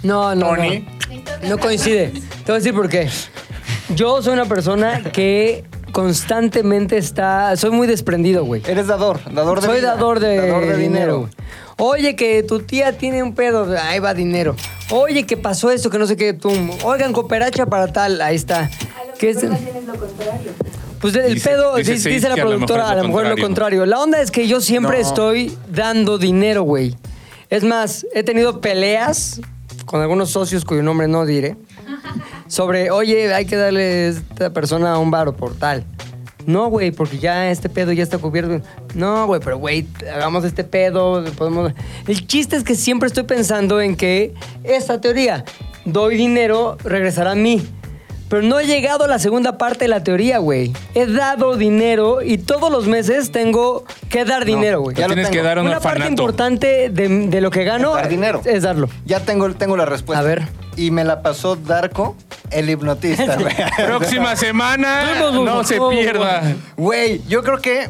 Speaker 2: No, no,
Speaker 4: Tony.
Speaker 2: no. No coincide. Te voy a decir por qué. Yo soy una persona que constantemente está... Soy muy desprendido, güey.
Speaker 5: Eres dador, dador de
Speaker 2: Soy
Speaker 5: vida.
Speaker 2: dador de, dinero.
Speaker 5: güey.
Speaker 2: güey. Oye, que tu tía tiene un pedo, ahí va dinero. Oye, que pasó esto, que no sé qué, tú. Oigan, cooperacha para tal, ahí está. ¿Qué es? Pues el
Speaker 3: Dice-
Speaker 2: pedo,
Speaker 3: dice
Speaker 2: dice,
Speaker 3: Sage
Speaker 2: dice la
Speaker 3: que a lo mejor
Speaker 2: productora,
Speaker 3: es
Speaker 2: a
Speaker 3: lo
Speaker 2: lo mejor es lo
Speaker 3: contrario.
Speaker 2: contrario. La onda es que yo siempre
Speaker 4: No.
Speaker 2: estoy dando dinero, güey. Es más, he tenido peleas con algunos socios cuyo nombre no diré sobre, oye, hay que darle a esta persona un varo por tal. No, güey, porque ya este pedo ya está cubierto. No, güey, pero güey, hagamos este pedo, podemos... El chiste es que siempre estoy pensando en que esta teoría, doy dinero, regresará a mí. Pero no he llegado a la segunda parte de la teoría, güey. He dado dinero y todos los meses tengo que dar dinero, güey.
Speaker 5: Ya lo
Speaker 3: tienes
Speaker 5: tengo.
Speaker 3: que dar a un
Speaker 2: Una parte
Speaker 3: orfanato.
Speaker 2: importante de, de lo que gano
Speaker 5: Dar dinero.
Speaker 2: Ah, es darlo.
Speaker 5: Ya tengo, tengo la respuesta.
Speaker 2: A ver.
Speaker 5: Y me la pasó Darko, el hipnotista, güey.
Speaker 3: Próxima semana,
Speaker 2: Vamos, vamos,
Speaker 3: no se
Speaker 2: vamos,
Speaker 3: pierda.
Speaker 2: vamos.
Speaker 5: Güey, yo creo que,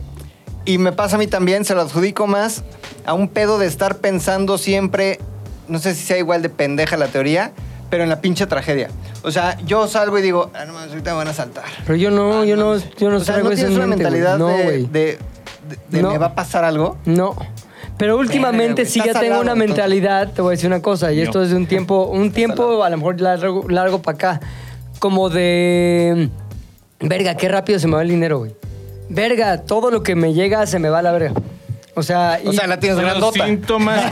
Speaker 5: y me pasa a mí también, se lo adjudico más a un pedo de estar pensando siempre, no sé si sea igual de pendeja la teoría, pero en la pinche tragedia. O sea, yo salgo y digo, ah, no mames, ahorita me van a saltar.
Speaker 2: Pero yo no, yo no, yo no
Speaker 5: o sea,
Speaker 2: traigo
Speaker 5: Ah, no
Speaker 2: esa
Speaker 5: tienes una
Speaker 2: mente, güey.
Speaker 5: mentalidad
Speaker 2: No,
Speaker 5: de,
Speaker 2: güey.
Speaker 5: de- de- de
Speaker 2: No.
Speaker 5: me va a pasar algo.
Speaker 2: No. Pero últimamente
Speaker 5: güey,
Speaker 2: sí ya
Speaker 5: estás al
Speaker 2: tengo
Speaker 5: lado,
Speaker 2: una
Speaker 5: entonces.
Speaker 2: mentalidad, te voy a decir una cosa, y
Speaker 3: No.
Speaker 2: esto es de un tiempo, un tiempo a lo mejor largo, largo para acá, como de, verga, qué rápido se me va el dinero, güey. Verga, todo lo que me llega se me va a la verga. O sea,
Speaker 5: O
Speaker 2: y
Speaker 5: sea, la tienes
Speaker 3: Son Los
Speaker 5: grandota.
Speaker 3: síntomas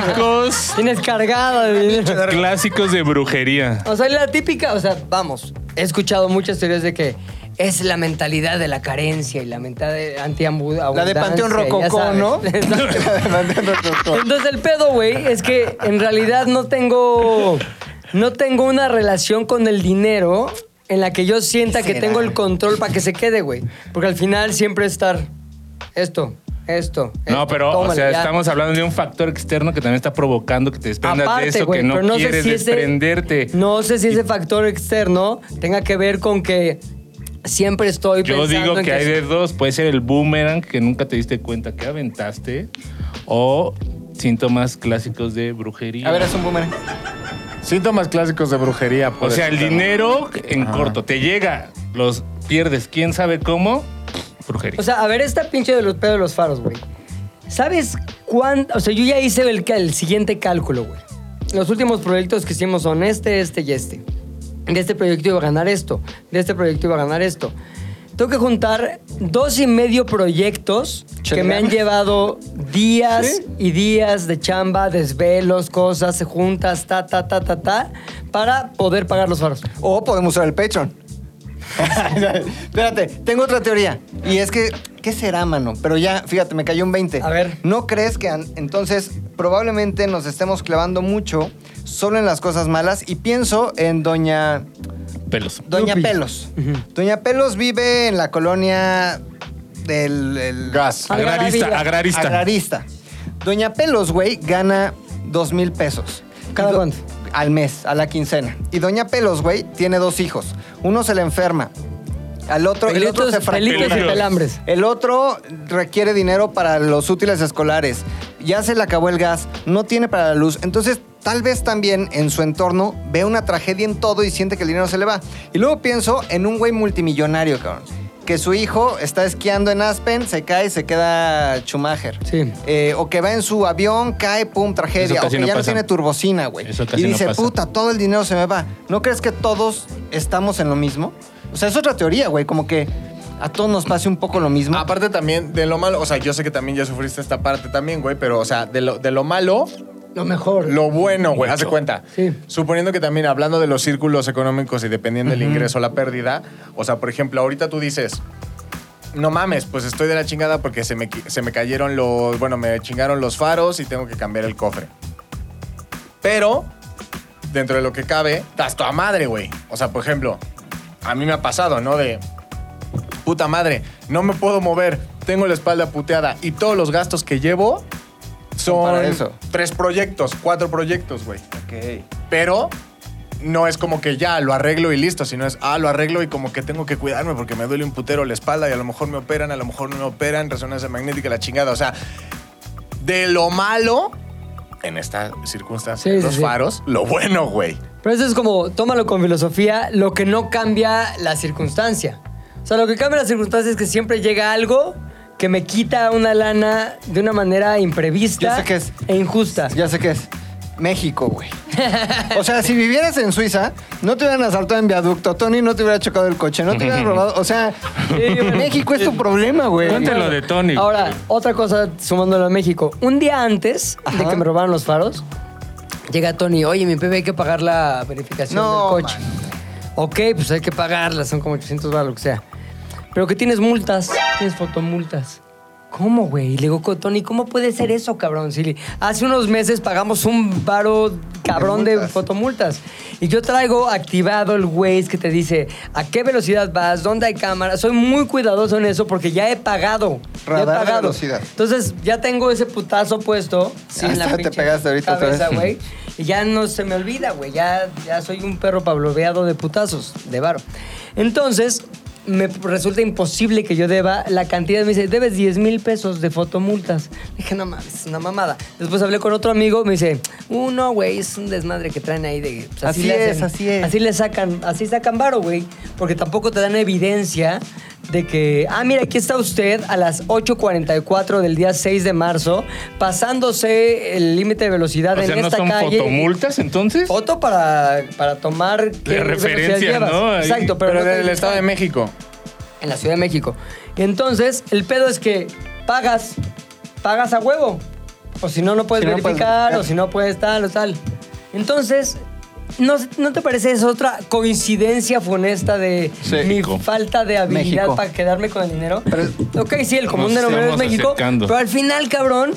Speaker 3: clásicos,
Speaker 2: tienes cargada de dinero.
Speaker 3: clásicos de brujería.
Speaker 2: O sea, la típica, o sea, vamos, he escuchado muchas teorías de que es la mentalidad de la carencia y la mentalidad de antiabundancia.
Speaker 5: La de Panteón
Speaker 2: ya
Speaker 5: Rococó,
Speaker 2: sabes.
Speaker 5: ¿no?
Speaker 2: Exacto.
Speaker 5: Panteón Rococó.
Speaker 2: Entonces el pedo, güey, es que en realidad no tengo no tengo una relación con el dinero en la que yo sienta que
Speaker 5: será?
Speaker 2: tengo el control para que se quede, güey, porque al final siempre estar esto, esto.
Speaker 3: No,
Speaker 2: esto,
Speaker 3: pero, o
Speaker 2: Eh, tómale,
Speaker 3: sea,
Speaker 2: ya.
Speaker 3: estamos hablando de un factor externo que también está provocando que te desprendas de eso,
Speaker 2: güey,
Speaker 3: que no,
Speaker 2: pero sé
Speaker 3: quieres
Speaker 2: si ese-
Speaker 3: desprenderte.
Speaker 2: no sé si ese factor externo tenga que ver con que siempre estoy
Speaker 3: Yo
Speaker 2: pensando
Speaker 3: digo
Speaker 2: en
Speaker 3: que hay de dos. Puede ser el boomerang que nunca te diste cuenta que aventaste o síntomas clásicos de brujería.
Speaker 5: A ver, es un boomerang.
Speaker 4: Síntomas clásicos de brujería.
Speaker 3: o
Speaker 4: puede
Speaker 3: sea, el
Speaker 4: ser.
Speaker 3: dinero en corto te llega, los pierdes, quién sabe cómo, brujería.
Speaker 2: O sea, a ver esta pinche de los pedos de los faros, güey. ¿Sabes cuánto? O sea, yo ya hice el, cal- el siguiente cálculo, güey. Los últimos proyectos que hicimos son este, este y este. De este proyecto iba a ganar esto. De este proyecto iba a ganar esto. Tengo que juntar dos y medio proyectos que me han llevado días y días de chamba, desvelos, cosas, juntas, ta, ta, ta, ta, ta, para poder pagar los faros.
Speaker 5: O podemos usar el Patreon. Espérate, tengo otra teoría. Y es que, ¿qué será, mano? Pero ya, fíjate, me cayó un 20.
Speaker 2: A ver.
Speaker 5: ¿No crees que an- entonces probablemente nos estemos clavando mucho solo en las cosas malas? Y pienso en doña...
Speaker 3: Pelos.
Speaker 5: Doña
Speaker 2: Lupi.
Speaker 5: Pelos. Doña Pelos vive en la colonia del... el-
Speaker 4: Gas.
Speaker 3: Agrarista,
Speaker 2: Agrarista.
Speaker 3: agrarista.
Speaker 5: Agrarista. Doña Pelos, güey, gana dos mil pesos.
Speaker 2: ¿Cada
Speaker 5: Y do-
Speaker 2: cuánto?
Speaker 5: Al mes, a la quincena. Y Doña Pelos, güey, tiene dos hijos. Uno se le enferma. Al otro, el otro se
Speaker 2: Pelitos, pelitos y
Speaker 3: fractura.
Speaker 2: pelambres.
Speaker 5: el otro requiere dinero para los útiles escolares. Ya se le acabó el gas, no tiene para la luz. Entonces, tal vez también en su entorno ve una tragedia en todo y siente que el dinero se le va. Y luego pienso en un güey multimillonario, cabrón. Que su hijo está esquiando en Aspen, se cae y se queda Schumacher.
Speaker 2: Sí.
Speaker 5: Eh, o que va en su avión, cae, pum, tragedia.
Speaker 3: Eso
Speaker 5: O
Speaker 3: casi
Speaker 5: que
Speaker 3: no
Speaker 5: ya no
Speaker 3: pasa.
Speaker 5: tiene turbocina, güey.
Speaker 3: Eso
Speaker 5: Y
Speaker 3: casi no
Speaker 5: dice,
Speaker 3: pasa.
Speaker 5: puta, todo el dinero se me va. ¿No crees que todos estamos en lo mismo? O sea, es otra teoría, güey. Como que a todos nos pase un poco lo mismo.
Speaker 4: Aparte también de lo malo, o sea, yo sé que también ya sufriste esta parte también, güey, pero, o sea, de lo, de lo malo,
Speaker 2: Lo mejor.
Speaker 4: lo bueno, güey, hace cuenta.
Speaker 2: Sí.
Speaker 4: Suponiendo que también, hablando de los círculos económicos y dependiendo del ingreso o la pérdida, o sea, por ejemplo, ahorita tú dices, no mames, pues estoy de la chingada porque se me, qui- se me cayeron los, bueno, me chingaron los faros y tengo que cambiar el cofre. Pero, dentro de lo que cabe, estás toda madre, güey. O sea, por ejemplo, a mí me ha pasado, ¿no? De, puta madre, no me puedo mover, tengo la espalda puteada y todos los gastos que llevo son
Speaker 5: Para eso.
Speaker 4: tres proyectos, cuatro proyectos, güey. Pero no es como que ya lo arreglo y listo, sino es, ah, lo arreglo y como que tengo que cuidarme porque me duele un putero la espalda y a lo mejor me operan, a lo mejor no me operan, resonancia magnética, la chingada. O sea, de lo malo, en esta circunstancia,
Speaker 2: Sí, sí,
Speaker 4: los
Speaker 2: sí.
Speaker 4: faros, lo bueno, güey.
Speaker 2: Pero eso es como, tómalo con filosofía, lo que no cambia la circunstancia. O sea, lo que cambia la circunstancia es que siempre llega algo que me quita una lana de una manera imprevista
Speaker 5: Yo sé qué es.
Speaker 2: e injusta.
Speaker 5: Ya sé qué es. México, güey. O sea, si vivieras en Suiza, no te hubieran asaltado en viaducto, Tony no te hubiera chocado el coche, no te hubieran robado. O sea,
Speaker 2: bueno.
Speaker 5: México es tu problema, güey.
Speaker 3: Cuéntalo de Tony.
Speaker 2: Ahora, otra cosa sumándolo a México. Un día antes de
Speaker 5: Ajá.
Speaker 2: que me robaron los faros, llega Tony, oye, mi bebé hay que pagar la verificación
Speaker 5: No,
Speaker 2: del coche. Ok, pues hay que pagarla, son como 800 baros, lo que sea. Pero que tienes multas, tienes fotomultas. ¿Cómo, güey? Y le digo, Tony, ¿cómo puede ser eso, cabrón? Si le- hace unos meses pagamos un varo cabrón de,
Speaker 5: multas.
Speaker 2: fotomultas. Y yo traigo activado el Waze que te dice a qué velocidad vas, dónde hay cámara. Soy muy cuidadoso en eso porque ya he pagado. Ya he
Speaker 5: Radar de
Speaker 2: pagado.
Speaker 5: velocidad.
Speaker 2: Entonces ya tengo ese putazo puesto. Sí, en la
Speaker 5: Hasta te
Speaker 2: pinche
Speaker 5: pegaste ahorita otra
Speaker 2: cabeza,
Speaker 5: vez.
Speaker 2: güey. Y ya no se me olvida, güey. Ya, ya soy un perro pavloveado de putazos, de varo. Entonces, me resulta imposible que yo deba la cantidad. Me dice, debes 10 mil pesos de fotomultas. Dije, no mames, es una mamada. Después hablé con otro amigo, me dice, uh, no, güey, es un desmadre que traen ahí de... pues,
Speaker 5: Así
Speaker 2: le
Speaker 5: es, así es.
Speaker 2: Así le sacan, así sacan varo, güey. Porque tampoco te dan evidencia de que, ah, mira, aquí está usted a las 8.44 del día 6 de marzo, pasándose el límite de velocidad
Speaker 3: O
Speaker 2: en
Speaker 3: sea, ¿no
Speaker 2: esta
Speaker 3: son
Speaker 2: calle.
Speaker 3: fotomultas entonces?
Speaker 2: Foto para, para tomar qué
Speaker 3: referencia,
Speaker 2: velocidad llevas.
Speaker 3: ¿no? Ahí.
Speaker 2: Exacto, pero,
Speaker 4: Pero
Speaker 2: no te
Speaker 4: del
Speaker 2: dicen,
Speaker 4: Estado de México.
Speaker 2: En la Ciudad de México. Entonces, el pedo es que pagas, pagas a huevo. O si no, no puedes
Speaker 5: Si no, no puedes
Speaker 2: verificar,
Speaker 5: verificar.
Speaker 2: o si no puedes tal o tal. Entonces, ¿no, ¿no te parece es otra coincidencia funesta de
Speaker 5: Sí.
Speaker 2: mi
Speaker 3: México.
Speaker 2: falta de habilidad
Speaker 5: México.
Speaker 2: para quedarme con el dinero? ok, sí, el común
Speaker 3: Nos
Speaker 2: denominador es
Speaker 3: estamos
Speaker 2: México,
Speaker 3: acercando.
Speaker 2: pero al final, cabrón,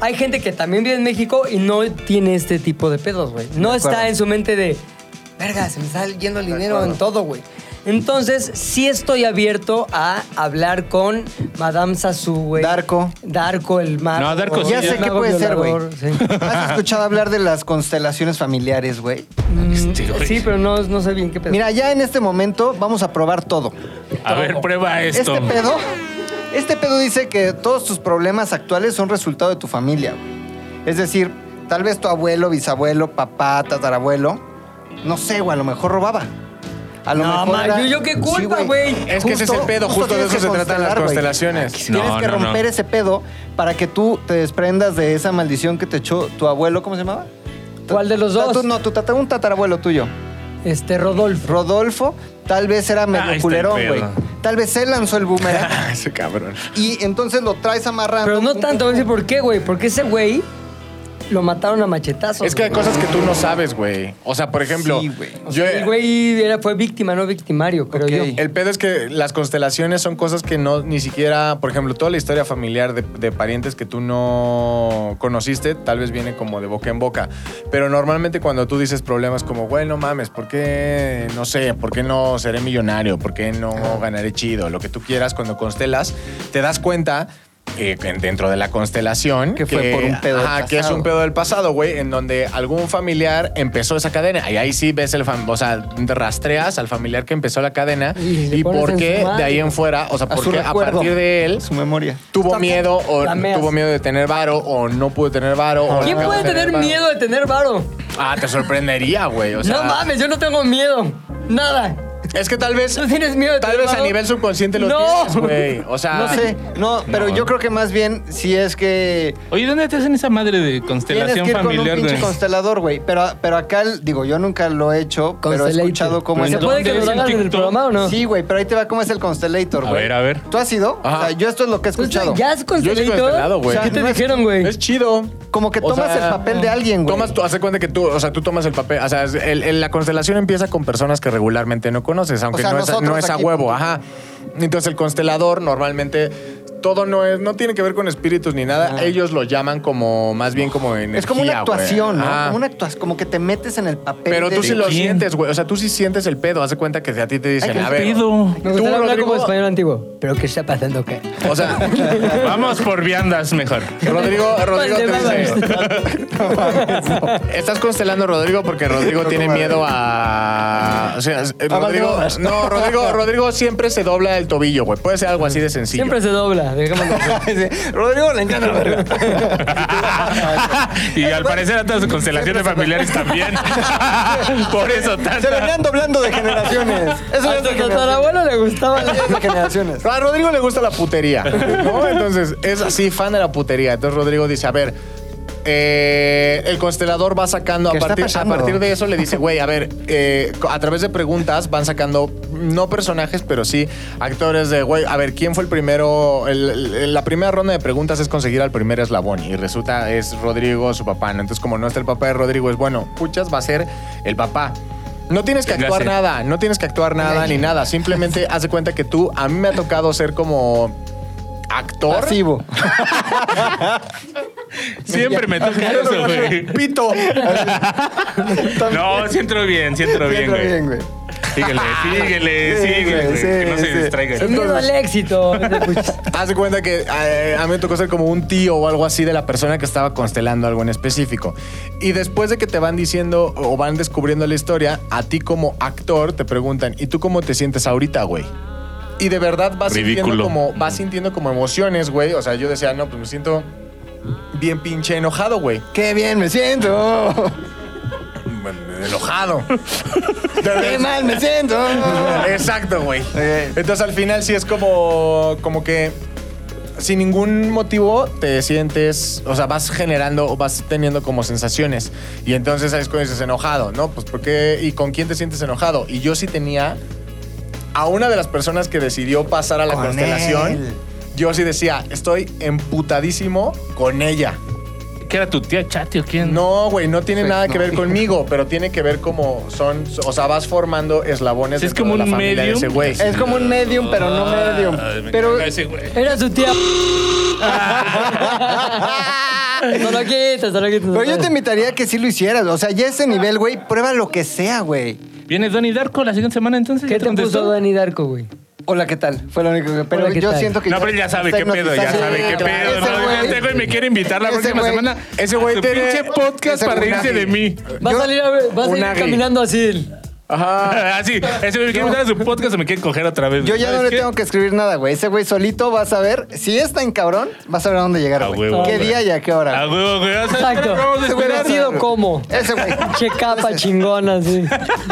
Speaker 2: hay gente que también vive en México y no tiene este tipo de pedos, güey. No está en su mente de, verga, se me está yendo el dinero en todo, güey. Entonces, sí estoy abierto a hablar con Madame Sassou, güey.
Speaker 5: Darko.
Speaker 2: Darko, el mago.
Speaker 3: No, Darko sí
Speaker 5: Ya
Speaker 3: Sí,
Speaker 5: sé
Speaker 3: el
Speaker 5: qué puede ser, güey.
Speaker 2: Sí.
Speaker 5: ¿Has escuchado hablar de las constelaciones familiares, güey?
Speaker 3: Este, güey.
Speaker 2: Mm, Sí, pero no, no sé bien qué pedo.
Speaker 5: Mira, ya en este momento vamos a probar todo.
Speaker 3: A ver, prueba esto.
Speaker 5: Este pedo, este pedo dice que todos tus problemas actuales son resultado de tu familia. güey. Es decir, tal vez tu abuelo, bisabuelo, papá, tatarabuelo, no sé, güey, a lo mejor robaba. A lo
Speaker 2: No,
Speaker 5: mejor
Speaker 2: ma,
Speaker 5: era-
Speaker 2: yo- yo qué culpa, güey.
Speaker 4: Es que ese es el pedo, justo de
Speaker 5: tienes
Speaker 4: eso
Speaker 5: que
Speaker 4: se tratan las
Speaker 5: constelar, güey. Ah,
Speaker 4: constelaciones.
Speaker 3: No,
Speaker 5: Tienes que
Speaker 3: no, no.
Speaker 5: romper ese pedo para que tú te desprendas de esa maldición que te echó tu abuelo, ¿cómo se llamaba?
Speaker 2: ¿Cuál de los
Speaker 5: Ta-
Speaker 2: dos?
Speaker 5: tú- no, tu tata- un tatarabuelo tuyo.
Speaker 2: Este, Rodolfo.
Speaker 5: Rodolfo, tal vez
Speaker 4: Ah,
Speaker 5: era medio
Speaker 3: está el
Speaker 5: culerón, güey.
Speaker 3: pedo.
Speaker 5: Tal vez él lanzó el boomerang.
Speaker 4: Ese cabrón.
Speaker 5: Y entonces lo traes amarrando.
Speaker 2: Pero no
Speaker 5: Pum,
Speaker 2: tanto, voy a
Speaker 5: pum,
Speaker 2: decir por qué, güey. Porque ese güey lo mataron a machetazos.
Speaker 4: Es que hay
Speaker 2: güey.
Speaker 4: cosas que tú no sabes, güey. O sea, por ejemplo,
Speaker 5: Sí, güey.
Speaker 2: O
Speaker 4: yo-
Speaker 2: sea, el güey era- fue víctima, no victimario, creo
Speaker 5: Ok.
Speaker 2: yo.
Speaker 4: El pedo es que las constelaciones son cosas que no ni siquiera, por ejemplo, toda la historia familiar de, de parientes que tú no conociste, tal vez viene como de boca en boca. Pero normalmente cuando tú dices problemas como, güey, no mames, ¿por qué no sé? ¿Por qué no seré millonario? ¿Por qué no ganaré chido? Lo que tú quieras, cuando constelas, te das cuenta. eh, que dentro de la constelación
Speaker 5: Que fue por un pedo del
Speaker 4: ajá, que es
Speaker 5: pasado.
Speaker 4: un pedo del pasado güey en donde algún familiar empezó esa cadena y ahí sí ves el fam- o sea rastreas al familiar que empezó la cadena
Speaker 2: Y le
Speaker 4: y
Speaker 2: pones
Speaker 4: por
Speaker 2: en
Speaker 4: qué
Speaker 2: su madre.
Speaker 4: de ahí en fuera, o sea,
Speaker 5: A su
Speaker 4: porque a
Speaker 5: recuerdo.
Speaker 4: partir de él
Speaker 5: Su memoria.
Speaker 4: tuvo miedo o
Speaker 2: Lameas.
Speaker 4: tuvo miedo de tener varo o no pudo tener varo. o
Speaker 2: ¿Quién
Speaker 4: le acabó
Speaker 2: puede
Speaker 4: de
Speaker 2: tener
Speaker 4: varo.
Speaker 2: miedo de tener varo?
Speaker 4: Ah, te sorprendería, güey. O sea,
Speaker 2: no mames, yo no tengo miedo. Nada.
Speaker 4: Es que tal vez
Speaker 2: ¿Tú tienes miedo de
Speaker 4: tal
Speaker 2: tener
Speaker 4: vez a
Speaker 2: varo?
Speaker 4: nivel subconsciente lo
Speaker 2: No.
Speaker 4: tienes, güey. O sea,
Speaker 5: Ah, No sé, no, pero
Speaker 3: No.
Speaker 5: yo creo que más bien si es que
Speaker 3: Oye, ¿dónde te hacen esa madre de
Speaker 5: tienes que
Speaker 3: constelación
Speaker 5: ir con un
Speaker 3: familiar,
Speaker 5: pinche
Speaker 3: güey?
Speaker 5: constelador, güey. Pero, pero acá, el- digo, yo nunca lo he hecho, pero he
Speaker 2: Constellator.
Speaker 5: escuchado cómo es
Speaker 2: ¿Se
Speaker 5: el
Speaker 2: puede que
Speaker 3: ¿Dónde
Speaker 2: nos
Speaker 3: es el
Speaker 2: hagan en el
Speaker 3: TikTok?
Speaker 2: programa o no?
Speaker 5: Sí, güey, pero ahí te va cómo es el constellator,
Speaker 3: A
Speaker 5: güey.
Speaker 3: ver, a ver.
Speaker 5: ¿Tú has ido?
Speaker 4: Ajá.
Speaker 5: O sea, yo esto es lo que he
Speaker 2: Pues,
Speaker 5: escuchado.
Speaker 2: ¿Ya has constelado?
Speaker 4: constelado, güey.
Speaker 2: ¿Qué
Speaker 5: O sea,
Speaker 2: te
Speaker 5: no es-
Speaker 2: dijeron, güey?
Speaker 4: es chido.
Speaker 5: Como que
Speaker 4: O
Speaker 5: tomas
Speaker 4: sea,
Speaker 5: el papel de alguien, güey.
Speaker 4: Tomas, tú, hace cuenta que tú, o sea, tú tomas el papel, o sea, es- el- el- la constelación empieza con personas que regularmente no conoces, aunque
Speaker 5: sea,
Speaker 4: no, es, a-
Speaker 5: nosotros
Speaker 4: no es a
Speaker 5: aquí.
Speaker 4: huevo, ajá. Entonces el constelador normalmente todo no es, no tiene que ver con espíritus ni nada, ellos lo llaman como, más bien como energía,
Speaker 5: Ah. es como una
Speaker 4: güey.
Speaker 5: actuación, ¿no?
Speaker 4: Ajá.
Speaker 5: Como una actuación, como que te metes en el papel.
Speaker 4: Pero
Speaker 5: de-
Speaker 4: tú sí lo
Speaker 3: ¿Quién?
Speaker 4: sientes, güey, o sea, tú sí sientes el pedo, hace cuenta que a ti te dicen,
Speaker 5: Ay, qué
Speaker 4: a ver,
Speaker 3: pedo.
Speaker 2: Me gustaría
Speaker 4: tú,
Speaker 2: hablar como
Speaker 4: Rodrigo-
Speaker 2: español antiguo. ¿Pero qué está pasando, qué?
Speaker 4: o sea,
Speaker 3: Vamos por viandas mejor.
Speaker 4: Rodrigo, Rodrigo te
Speaker 2: Vale,
Speaker 4: dice, Estás constelando a Rodrigo porque Rodrigo tiene miedo a. O sea, es- eh, Rodrigo.
Speaker 5: Valdebebas.
Speaker 4: No, Rodrigo, Rodrigo siempre se dobla el tobillo, güey. Puede ser algo así de sencillo.
Speaker 2: Siempre se dobla. dejémoslo así.
Speaker 5: Rodrigo le encanta la verga.
Speaker 3: y al parecer a todas sus constelaciones familiares también. por eso
Speaker 5: Se
Speaker 3: tanta.
Speaker 5: venían doblando de generaciones. Eso
Speaker 2: A
Speaker 5: es
Speaker 2: tu
Speaker 5: de generaciones.
Speaker 2: tatarabuelo le gustaba. la-
Speaker 5: Es de generaciones.
Speaker 4: A Rodrigo le gusta la putería, ¿no? Entonces, es así, fan de la putería. Entonces, Rodrigo dice, a ver, eh, el constelador va sacando, a
Speaker 5: ¿Qué está
Speaker 4: partir, a
Speaker 5: pasando?
Speaker 4: partir de eso le dice, güey, a ver, eh, a través de preguntas van sacando, no personajes, pero sí actores de, güey, a ver, ¿quién fue el primero? El- el- la primera ronda de preguntas es conseguir al primer eslabón y resulta es Rodrigo, su papá, ¿no? Entonces, como no está el papá de Rodrigo, es bueno, puchas, va a ser el papá. No tienes que actuar
Speaker 3: Véngase.
Speaker 4: nada nada, no tienes que actuar nada ni nada. Simplemente haz de cuenta que tú, a mí me ha tocado ser como actor.
Speaker 5: Pasivo.
Speaker 3: Siempre me toca eso, güey.
Speaker 4: Pito.
Speaker 3: No, sí entro bien, sí entro bien,
Speaker 5: Entra
Speaker 3: güey.
Speaker 5: güey.
Speaker 3: Síguele, síguele,
Speaker 5: Sí,
Speaker 3: síguele,
Speaker 5: güey,
Speaker 3: güey. Que
Speaker 5: sí,
Speaker 3: no se
Speaker 5: sí.
Speaker 2: El
Speaker 3: distraiga.
Speaker 2: miedo al éxito. Pues,
Speaker 4: Haz de cuenta que eh, a mí me tocó ser como un tío o algo así de la persona que estaba constelando algo en específico. Y después de que te van diciendo o van descubriendo la historia, a ti como actor te preguntan, ¿y tú cómo te sientes ahorita, güey? Y de verdad vas sintiendo
Speaker 3: Ridículo.
Speaker 4: como vas sintiendo como emociones, güey. O sea, yo decía, no, pues me siento bien pinche enojado, güey.
Speaker 5: ¡Qué bien me siento!
Speaker 4: Enojado.
Speaker 5: ¡Qué mal me siento!
Speaker 4: Exacto, güey.
Speaker 5: Ok.
Speaker 4: Entonces al final sí es como, como que sin ningún motivo te sientes, o sea, vas generando o vas teniendo como sensaciones. Y entonces sabes cuando dices enojado, ¿no? Pues porque, ¿y con quién te sientes enojado? Y yo sí tenía a una de las personas que decidió pasar a la
Speaker 5: Con
Speaker 4: constelación.
Speaker 5: él.
Speaker 4: Yo sí decía, estoy emputadísimo con ella.
Speaker 3: ¿Qué era tu tía Chati o quién?
Speaker 4: No, güey, no tiene
Speaker 5: Sí,
Speaker 4: nada que
Speaker 5: no.
Speaker 4: ver conmigo, pero tiene que ver como son, o sea, vas formando eslabones
Speaker 3: Sí, es
Speaker 4: dentro
Speaker 3: como
Speaker 4: de la
Speaker 3: un
Speaker 4: familia de
Speaker 3: medium.
Speaker 4: ese güey.
Speaker 5: Es como un medium, pero no medium.
Speaker 3: Ay, Ah, me
Speaker 5: Pero
Speaker 3: caga ese güey.
Speaker 2: Era su tía. No lo quites, no lo quites.
Speaker 5: Pero yo te invitaría a que sí lo hicieras. O sea, ya ese nivel, güey, prueba lo que sea, güey.
Speaker 3: ¿Viene Donnie Darko la siguiente semana entonces?
Speaker 2: ¿Qué te
Speaker 3: contestó?
Speaker 2: puso Dani Darko, güey?
Speaker 5: Hola, ¿qué tal? Fue lo único que... Pero
Speaker 2: Hola, ¿qué
Speaker 5: yo
Speaker 2: tal?
Speaker 5: siento que...
Speaker 3: No, pero él ya sabe qué pedo, ya
Speaker 5: hipnotizado.
Speaker 3: sabe
Speaker 5: Sí,
Speaker 3: qué
Speaker 5: claro.
Speaker 3: pedo.
Speaker 5: Ese
Speaker 3: No,
Speaker 5: güey-
Speaker 3: este güey me quiere invitar la
Speaker 5: Ese
Speaker 3: próxima
Speaker 5: güey-
Speaker 3: semana.
Speaker 4: ese güey
Speaker 3: a su
Speaker 4: tiene-
Speaker 3: pinche podcast
Speaker 5: ese
Speaker 3: para
Speaker 5: güey-
Speaker 3: reírse de mí.
Speaker 2: Va a
Speaker 5: Yo-
Speaker 2: salir, a ver, va a
Speaker 4: un
Speaker 2: salir
Speaker 4: águila.
Speaker 2: caminando así.
Speaker 3: Así, Ah, ese güey me quiere invitar a su podcast o me quiere coger otra vez.
Speaker 5: Ah. Yo ya
Speaker 3: ¿Sabes
Speaker 5: no le
Speaker 3: qué?
Speaker 5: tengo que escribir nada, güey. Ese güey solito va a saber. Si es tan cabrón, va a saber a dónde llegar,
Speaker 3: A
Speaker 5: güey.
Speaker 3: huevo,
Speaker 5: ¿Qué
Speaker 3: güey.
Speaker 5: día y a qué hora?
Speaker 3: A
Speaker 5: güey.
Speaker 3: huevo, güey. O sea,
Speaker 2: Exacto.
Speaker 3: Vamos a
Speaker 5: Ese güey va
Speaker 3: esperar.
Speaker 5: a saber,
Speaker 2: Vestido
Speaker 5: güey.
Speaker 2: como.
Speaker 5: Ese güey.
Speaker 2: Che capa chingona, así.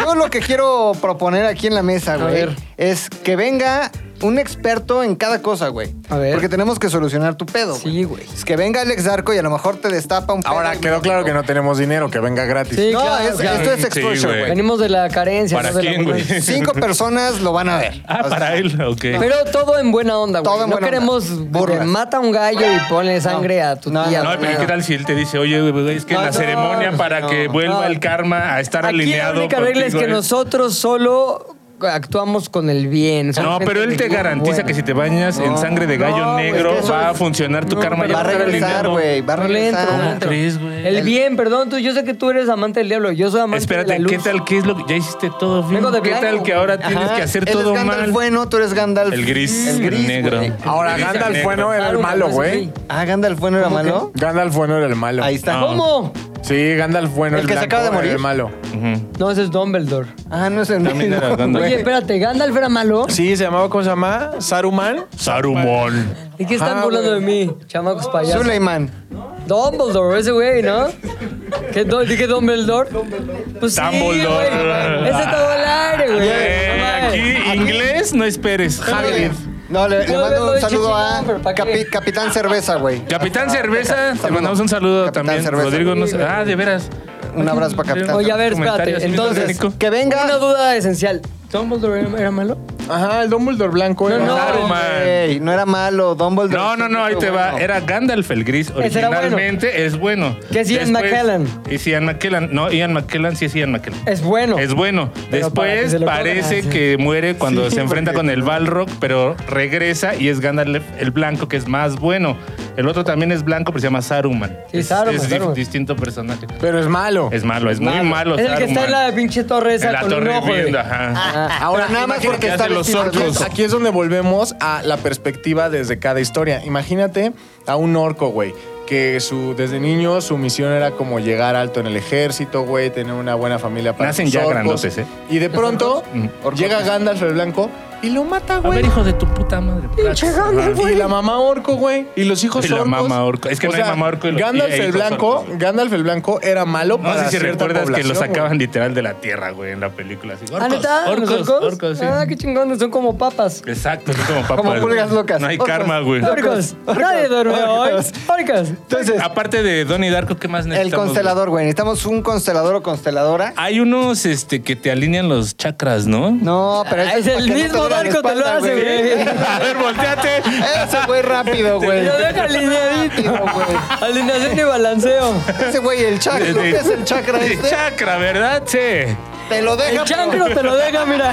Speaker 5: Yo lo que quiero proponer aquí en la mesa, güey,
Speaker 2: ver.
Speaker 5: es que venga un experto en cada cosa, güey.
Speaker 2: A ver.
Speaker 5: Porque tenemos que solucionar tu pedo, güey.
Speaker 2: Sí, güey.
Speaker 5: Es que venga Alex Darko y a lo mejor te destapa un pedo.
Speaker 4: Ahora
Speaker 5: y-
Speaker 4: quedó claro que no tenemos dinero, que venga gratis.
Speaker 2: Sí,
Speaker 5: No,
Speaker 2: claro,
Speaker 5: es-
Speaker 2: claro.
Speaker 5: esto es
Speaker 3: Sí,
Speaker 5: exposure,
Speaker 3: güey.
Speaker 5: güey.
Speaker 2: Venimos de la carencia.
Speaker 3: ¿Para
Speaker 2: no de la
Speaker 3: quién, güey?
Speaker 2: bonanza.
Speaker 5: Cinco personas lo van a ver.
Speaker 3: Ah,
Speaker 5: O sea,
Speaker 3: para él, ok.
Speaker 2: Pero todo en buena onda,
Speaker 5: Todo
Speaker 2: güey.
Speaker 5: en
Speaker 2: No
Speaker 5: buena
Speaker 2: queremos
Speaker 5: onda.
Speaker 2: burla.
Speaker 5: Burlas.
Speaker 2: Mata un gallo y ponle sangre a tu
Speaker 5: No,
Speaker 2: tía.
Speaker 3: No,
Speaker 5: no,
Speaker 3: pero
Speaker 2: güey.
Speaker 3: ¿qué tal si él te dice, oye, güey, es que
Speaker 2: No,
Speaker 3: la
Speaker 2: no,
Speaker 3: ceremonia para
Speaker 2: no,
Speaker 3: que vuelva
Speaker 2: no.
Speaker 3: el karma a estar
Speaker 2: Aquí
Speaker 3: alineado.
Speaker 2: la única regla es
Speaker 3: contigo
Speaker 2: que nosotros solo actuamos con el bien. Somos
Speaker 3: No,
Speaker 2: gente
Speaker 3: pero él te
Speaker 2: muy
Speaker 3: garantiza
Speaker 2: buena.
Speaker 3: que si te bañas en sangre de gallo
Speaker 5: No, güey,
Speaker 3: negro
Speaker 5: es que eso
Speaker 3: va a
Speaker 5: es-
Speaker 3: funcionar tu karma. ya
Speaker 5: pero va a
Speaker 3: estar
Speaker 5: regresar,
Speaker 3: alineado.
Speaker 5: güey. Va a
Speaker 2: No le entro,
Speaker 5: regresar.
Speaker 2: no le entro.
Speaker 3: crees, güey?
Speaker 2: El bien, perdón, tú, yo sé que tú eres amante del diablo, yo soy amante de
Speaker 3: Espérate,
Speaker 2: la luz.
Speaker 3: ¿qué tal? ¿Qué es lo que ya hiciste todo bien?
Speaker 2: Vengo de
Speaker 3: ¿Qué
Speaker 2: blanco,
Speaker 3: tal que
Speaker 2: güey.
Speaker 3: ahora
Speaker 5: Ajá.
Speaker 3: tienes que hacer
Speaker 5: Él es
Speaker 3: todo
Speaker 5: Gandalf
Speaker 3: mal?
Speaker 5: bueno, tú eres Gandalf.
Speaker 3: El gris, el,
Speaker 5: gris,
Speaker 3: negro.
Speaker 5: güey.
Speaker 4: Ahora,
Speaker 3: El gris,
Speaker 4: Gandalf
Speaker 3: negro.
Speaker 4: fue no era el
Speaker 2: Claro,
Speaker 4: malo,
Speaker 2: no,
Speaker 4: güey.
Speaker 5: Ah, Gandalf bueno era malo.
Speaker 4: Gandalf fue no era el malo.
Speaker 5: Ahí está.
Speaker 3: No.
Speaker 2: ¿Cómo?
Speaker 4: Sí, Gandalf fue no
Speaker 5: ¿El que se
Speaker 4: blanco,
Speaker 5: acaba de
Speaker 4: era
Speaker 5: morir?
Speaker 4: el malo.
Speaker 3: Ujú.
Speaker 2: No, ese es Dumbledore.
Speaker 5: Ah, no es el
Speaker 3: También era
Speaker 5: mismo,
Speaker 3: Gandalf.
Speaker 5: güey.
Speaker 2: Oye, espérate, Gandalf era malo.
Speaker 4: Sí, se llamaba, ¿cómo se llama? Saruman.
Speaker 3: Sarumón.
Speaker 2: ¿Y qué están
Speaker 4: Ajá,
Speaker 2: burlando de mí? Chamacos payasos.
Speaker 5: Suleiman.
Speaker 2: Dumbledore, ese güey, ¿no? ¿Qué, do- ¿Dije Dumbledore? Pues sí,
Speaker 3: Dumbledore.
Speaker 2: güey. Ese todo al aire, güey.
Speaker 3: Eh,
Speaker 2: No mames.
Speaker 3: aquí, inglés, no esperes.
Speaker 5: Hagrid. No, le, le
Speaker 2: Yo le
Speaker 5: mando
Speaker 2: doy
Speaker 5: un saludo a
Speaker 2: chichi, no, pero ¿pa' qué?
Speaker 5: Capi- Capitán Cerveza, güey.
Speaker 3: Capitán Cerveza, te mandamos un saludo
Speaker 5: Capitán
Speaker 3: también.
Speaker 5: Cerveza.
Speaker 3: Rodrigo, no sé. Ah, de veras.
Speaker 5: Un abrazo para Capitán.
Speaker 2: Oye, a ver,
Speaker 3: Comentarios,
Speaker 2: espérate. Entonces,
Speaker 3: Nico.
Speaker 5: Que venga.
Speaker 2: una duda esencial. ¿Dumbledore era- era malo?
Speaker 4: Ajá, el Dumbledore blanco.
Speaker 2: No,
Speaker 4: era.
Speaker 2: no.
Speaker 3: Saruman.
Speaker 5: Ey, no era malo, Dumbledore.
Speaker 3: No, no, no, ahí te va.
Speaker 5: Bueno.
Speaker 3: Era Gandalf el gris.
Speaker 2: Ese era bueno.
Speaker 3: Originalmente es bueno.
Speaker 2: ¿Qué es Ian
Speaker 3: Después-
Speaker 2: McKellen?
Speaker 3: Es Ian McKellen. No, Ian McKellen sí es Ian McKellen.
Speaker 2: Es bueno.
Speaker 3: Es bueno.
Speaker 2: Pero para que
Speaker 3: Después
Speaker 2: se lo coman,
Speaker 3: parece
Speaker 2: sí.
Speaker 3: que muere cuando
Speaker 5: Sí,
Speaker 3: se enfrenta
Speaker 5: porque-
Speaker 3: con el Balrog, pero regresa y es Gandalf el blanco, que es más bueno. El otro también es blanco, pero se llama Saruman.
Speaker 2: Sí,
Speaker 3: Es-
Speaker 2: Saruman,
Speaker 3: Es, di-
Speaker 2: Saruman.
Speaker 3: distinto personaje.
Speaker 4: Pero es malo.
Speaker 3: Es malo, es muy malo.
Speaker 2: Es el que está en
Speaker 3: Saruman.
Speaker 2: la pinche torre esa
Speaker 3: En la
Speaker 2: con un
Speaker 3: torre
Speaker 2: ojo. de-
Speaker 3: viendo, ajá.
Speaker 5: Ah, Ahora, nada más
Speaker 3: Imagínate
Speaker 5: porque
Speaker 3: que
Speaker 5: está
Speaker 3: hace los
Speaker 5: vestido de-
Speaker 3: orcos.
Speaker 4: Aquí es donde volvemos a la perspectiva desde cada historia. Imagínate a un orco, güey, que su, desde niño su misión era como llegar alto en el ejército, güey, tener una buena familia para
Speaker 3: Nacen
Speaker 4: sus
Speaker 3: ya
Speaker 4: orcos.
Speaker 3: grandotes, ¿eh? Mm.
Speaker 4: Y de pronto llega Gandalf el Blanco y lo mata,
Speaker 3: A
Speaker 4: güey.
Speaker 3: ver, hijo de tu puta madre. Ajá.
Speaker 4: Y la mamá orco, güey. Y los hijos
Speaker 3: Y la
Speaker 4: orcos.
Speaker 3: mamá orco. Es que
Speaker 4: O
Speaker 3: no hay
Speaker 4: sea,
Speaker 3: mamá orco y los-
Speaker 4: Gandalf
Speaker 3: y- y
Speaker 4: el
Speaker 3: hijos
Speaker 4: blanco,
Speaker 3: orcos, güey.
Speaker 4: Gandalf el blanco era malo
Speaker 3: No
Speaker 4: para
Speaker 3: sé si
Speaker 4: cierta
Speaker 3: recuerdas que lo
Speaker 4: población,
Speaker 3: sacaban
Speaker 4: güey.
Speaker 3: literal de la tierra, güey, en la película. Así,
Speaker 2: ¿Ah,
Speaker 3: orcos,
Speaker 2: neta? ¿Los
Speaker 3: orcos, orcos, sí.
Speaker 2: Ah, qué chingones, son como papas.
Speaker 3: Exacto, son como papas.
Speaker 5: Como
Speaker 3: güey.
Speaker 5: pulgas locas.
Speaker 3: No hay
Speaker 5: Orcos,
Speaker 3: karma, güey.
Speaker 2: Orcos, nadie duerme hoy. Orcos.
Speaker 5: Entonces,
Speaker 3: Aparte de Donnie Darko, ¿qué más
Speaker 5: el
Speaker 3: necesitamos? Ah. güey?
Speaker 5: constelador, güey. Necesitamos un constelador o consteladora.
Speaker 3: Hay unos este, que te alinean los chakras, ¿no?
Speaker 5: No, pero
Speaker 2: Ah, Es el
Speaker 5: ese para que no
Speaker 2: mismo
Speaker 5: te duela la
Speaker 2: Darko, te lo
Speaker 5: espalda,
Speaker 2: hace, güey.
Speaker 3: A ver, volteate.
Speaker 5: Ese güey rápido,
Speaker 2: Te
Speaker 5: güey.
Speaker 2: Lo deja alineadito. Alineación y balanceo.
Speaker 5: Ese güey, el chakra. ¿Qué es el chakra
Speaker 3: El
Speaker 5: este?
Speaker 3: chakra, ¿verdad? Sí.
Speaker 5: Te lo deja.
Speaker 2: El chancro te lo deja, mira.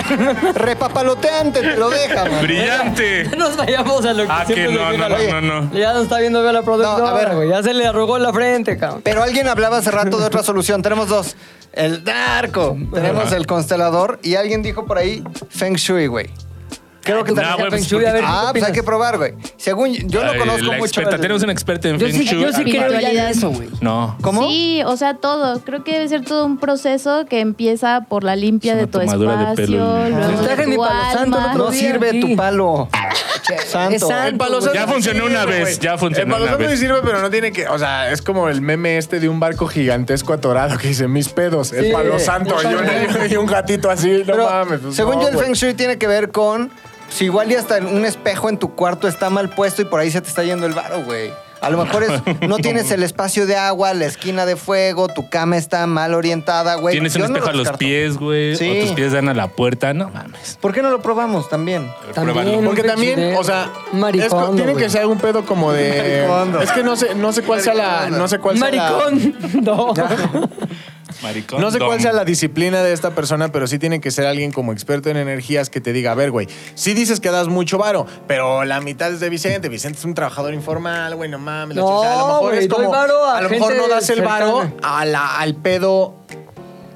Speaker 5: pero- Repapaloteante, te lo deja, man.
Speaker 3: ¡Brillante!
Speaker 2: Ya nos vayamos a lo que
Speaker 3: Ah, que
Speaker 2: siempre
Speaker 3: no,
Speaker 2: nos
Speaker 3: no,
Speaker 2: dijo la-
Speaker 3: no, no, no.
Speaker 2: Ya nos está viendo bien la productora,
Speaker 5: No, a ver.
Speaker 2: güey. Ya se le arrugó la frente, cabrón.
Speaker 5: Pero alguien hablaba hace rato de otra solución. Tenemos dos. El narco, tenemos el constelador y alguien dijo por ahí Feng Shui, güey. Creo que
Speaker 3: Nah,
Speaker 5: también
Speaker 3: güey, pues,
Speaker 2: Feng Shui, a ver, ¿qué
Speaker 5: Ah, pues hay
Speaker 2: opinas?
Speaker 5: que probar, güey. Según yo
Speaker 3: Ay,
Speaker 5: lo conozco
Speaker 3: la
Speaker 5: mucho.
Speaker 3: experta. Tenemos una experta en
Speaker 2: Yo
Speaker 3: Feng
Speaker 2: sí,
Speaker 3: Shui.
Speaker 2: yo sí creo ya
Speaker 3: Ah,
Speaker 2: en
Speaker 6: Espiritualidad.
Speaker 2: eso, güey.
Speaker 3: No.
Speaker 5: ¿Cómo?
Speaker 6: Sí, o sea, todo. Creo que debe ser todo un proceso que empieza por la limpia
Speaker 3: Es una
Speaker 6: de tu
Speaker 3: tomadura de
Speaker 6: espacio,
Speaker 3: pelo, ¿no?
Speaker 6: luego
Speaker 2: Traje
Speaker 6: de
Speaker 2: mi
Speaker 6: tu
Speaker 2: palo santo el
Speaker 6: alma.
Speaker 2: otro
Speaker 5: No
Speaker 2: día.
Speaker 5: sirve
Speaker 2: Sí.
Speaker 5: tu palo. Santo.
Speaker 2: Es santo.
Speaker 4: Palo
Speaker 2: güey.
Speaker 4: Santo
Speaker 3: Ya funcionó una
Speaker 4: güey.
Speaker 3: vez, ya funcionó
Speaker 4: El Palo
Speaker 3: una
Speaker 4: Santo
Speaker 3: vez.
Speaker 4: sí sirve, pero no tiene que. O sea, es como el meme este de un barco gigantesco atorado que dice mis pedos.
Speaker 2: Sí,
Speaker 4: el Palo Santo
Speaker 2: el
Speaker 4: y
Speaker 2: Palo-
Speaker 4: un, y un gatito así. No
Speaker 5: Pero,
Speaker 4: mames. pues,
Speaker 5: según
Speaker 4: no,
Speaker 5: yo, el
Speaker 4: güey.
Speaker 5: Feng Shui tiene que ver con si igual y hasta un espejo en tu cuarto está mal puesto y por ahí se te está yendo el varo, güey. A lo mejor es, no tienes el espacio de agua, la esquina de fuego, tu cama está mal orientada, güey.
Speaker 3: Tienes un
Speaker 5: Yo no
Speaker 3: espejo
Speaker 5: lo
Speaker 3: a los
Speaker 5: descarto.
Speaker 3: pies, güey.
Speaker 5: Sí.
Speaker 3: O tus pies dan a la puerta. No mames.
Speaker 5: ¿Por qué no lo probamos también?
Speaker 3: Pruébalo.
Speaker 4: Porque
Speaker 2: un
Speaker 4: también,
Speaker 2: pinche
Speaker 4: o sea,
Speaker 2: de- maricondo,
Speaker 4: es co- tiene
Speaker 2: güey.
Speaker 4: que ser algún pedo como de.
Speaker 5: Maricondo.
Speaker 4: Es que no sé, no sé cuál sea la. No sé cuál sea la-
Speaker 2: Maricón. No.
Speaker 3: Maricón.
Speaker 4: No sé
Speaker 3: dom.
Speaker 4: cuál sea la disciplina de esta persona, pero sí tiene que ser alguien como experto en energías que te diga, a ver, güey, sí dices que das mucho varo, pero la mitad es de Vicente. Vicente es un trabajador informal, güey, no mames. la
Speaker 2: No,
Speaker 4: chingada". a lo mejor
Speaker 2: güey,
Speaker 4: es
Speaker 2: doy
Speaker 4: como,
Speaker 2: varo a
Speaker 4: a lo mejor
Speaker 2: gente
Speaker 4: no das el varo
Speaker 2: cercana.
Speaker 4: a la- al pedo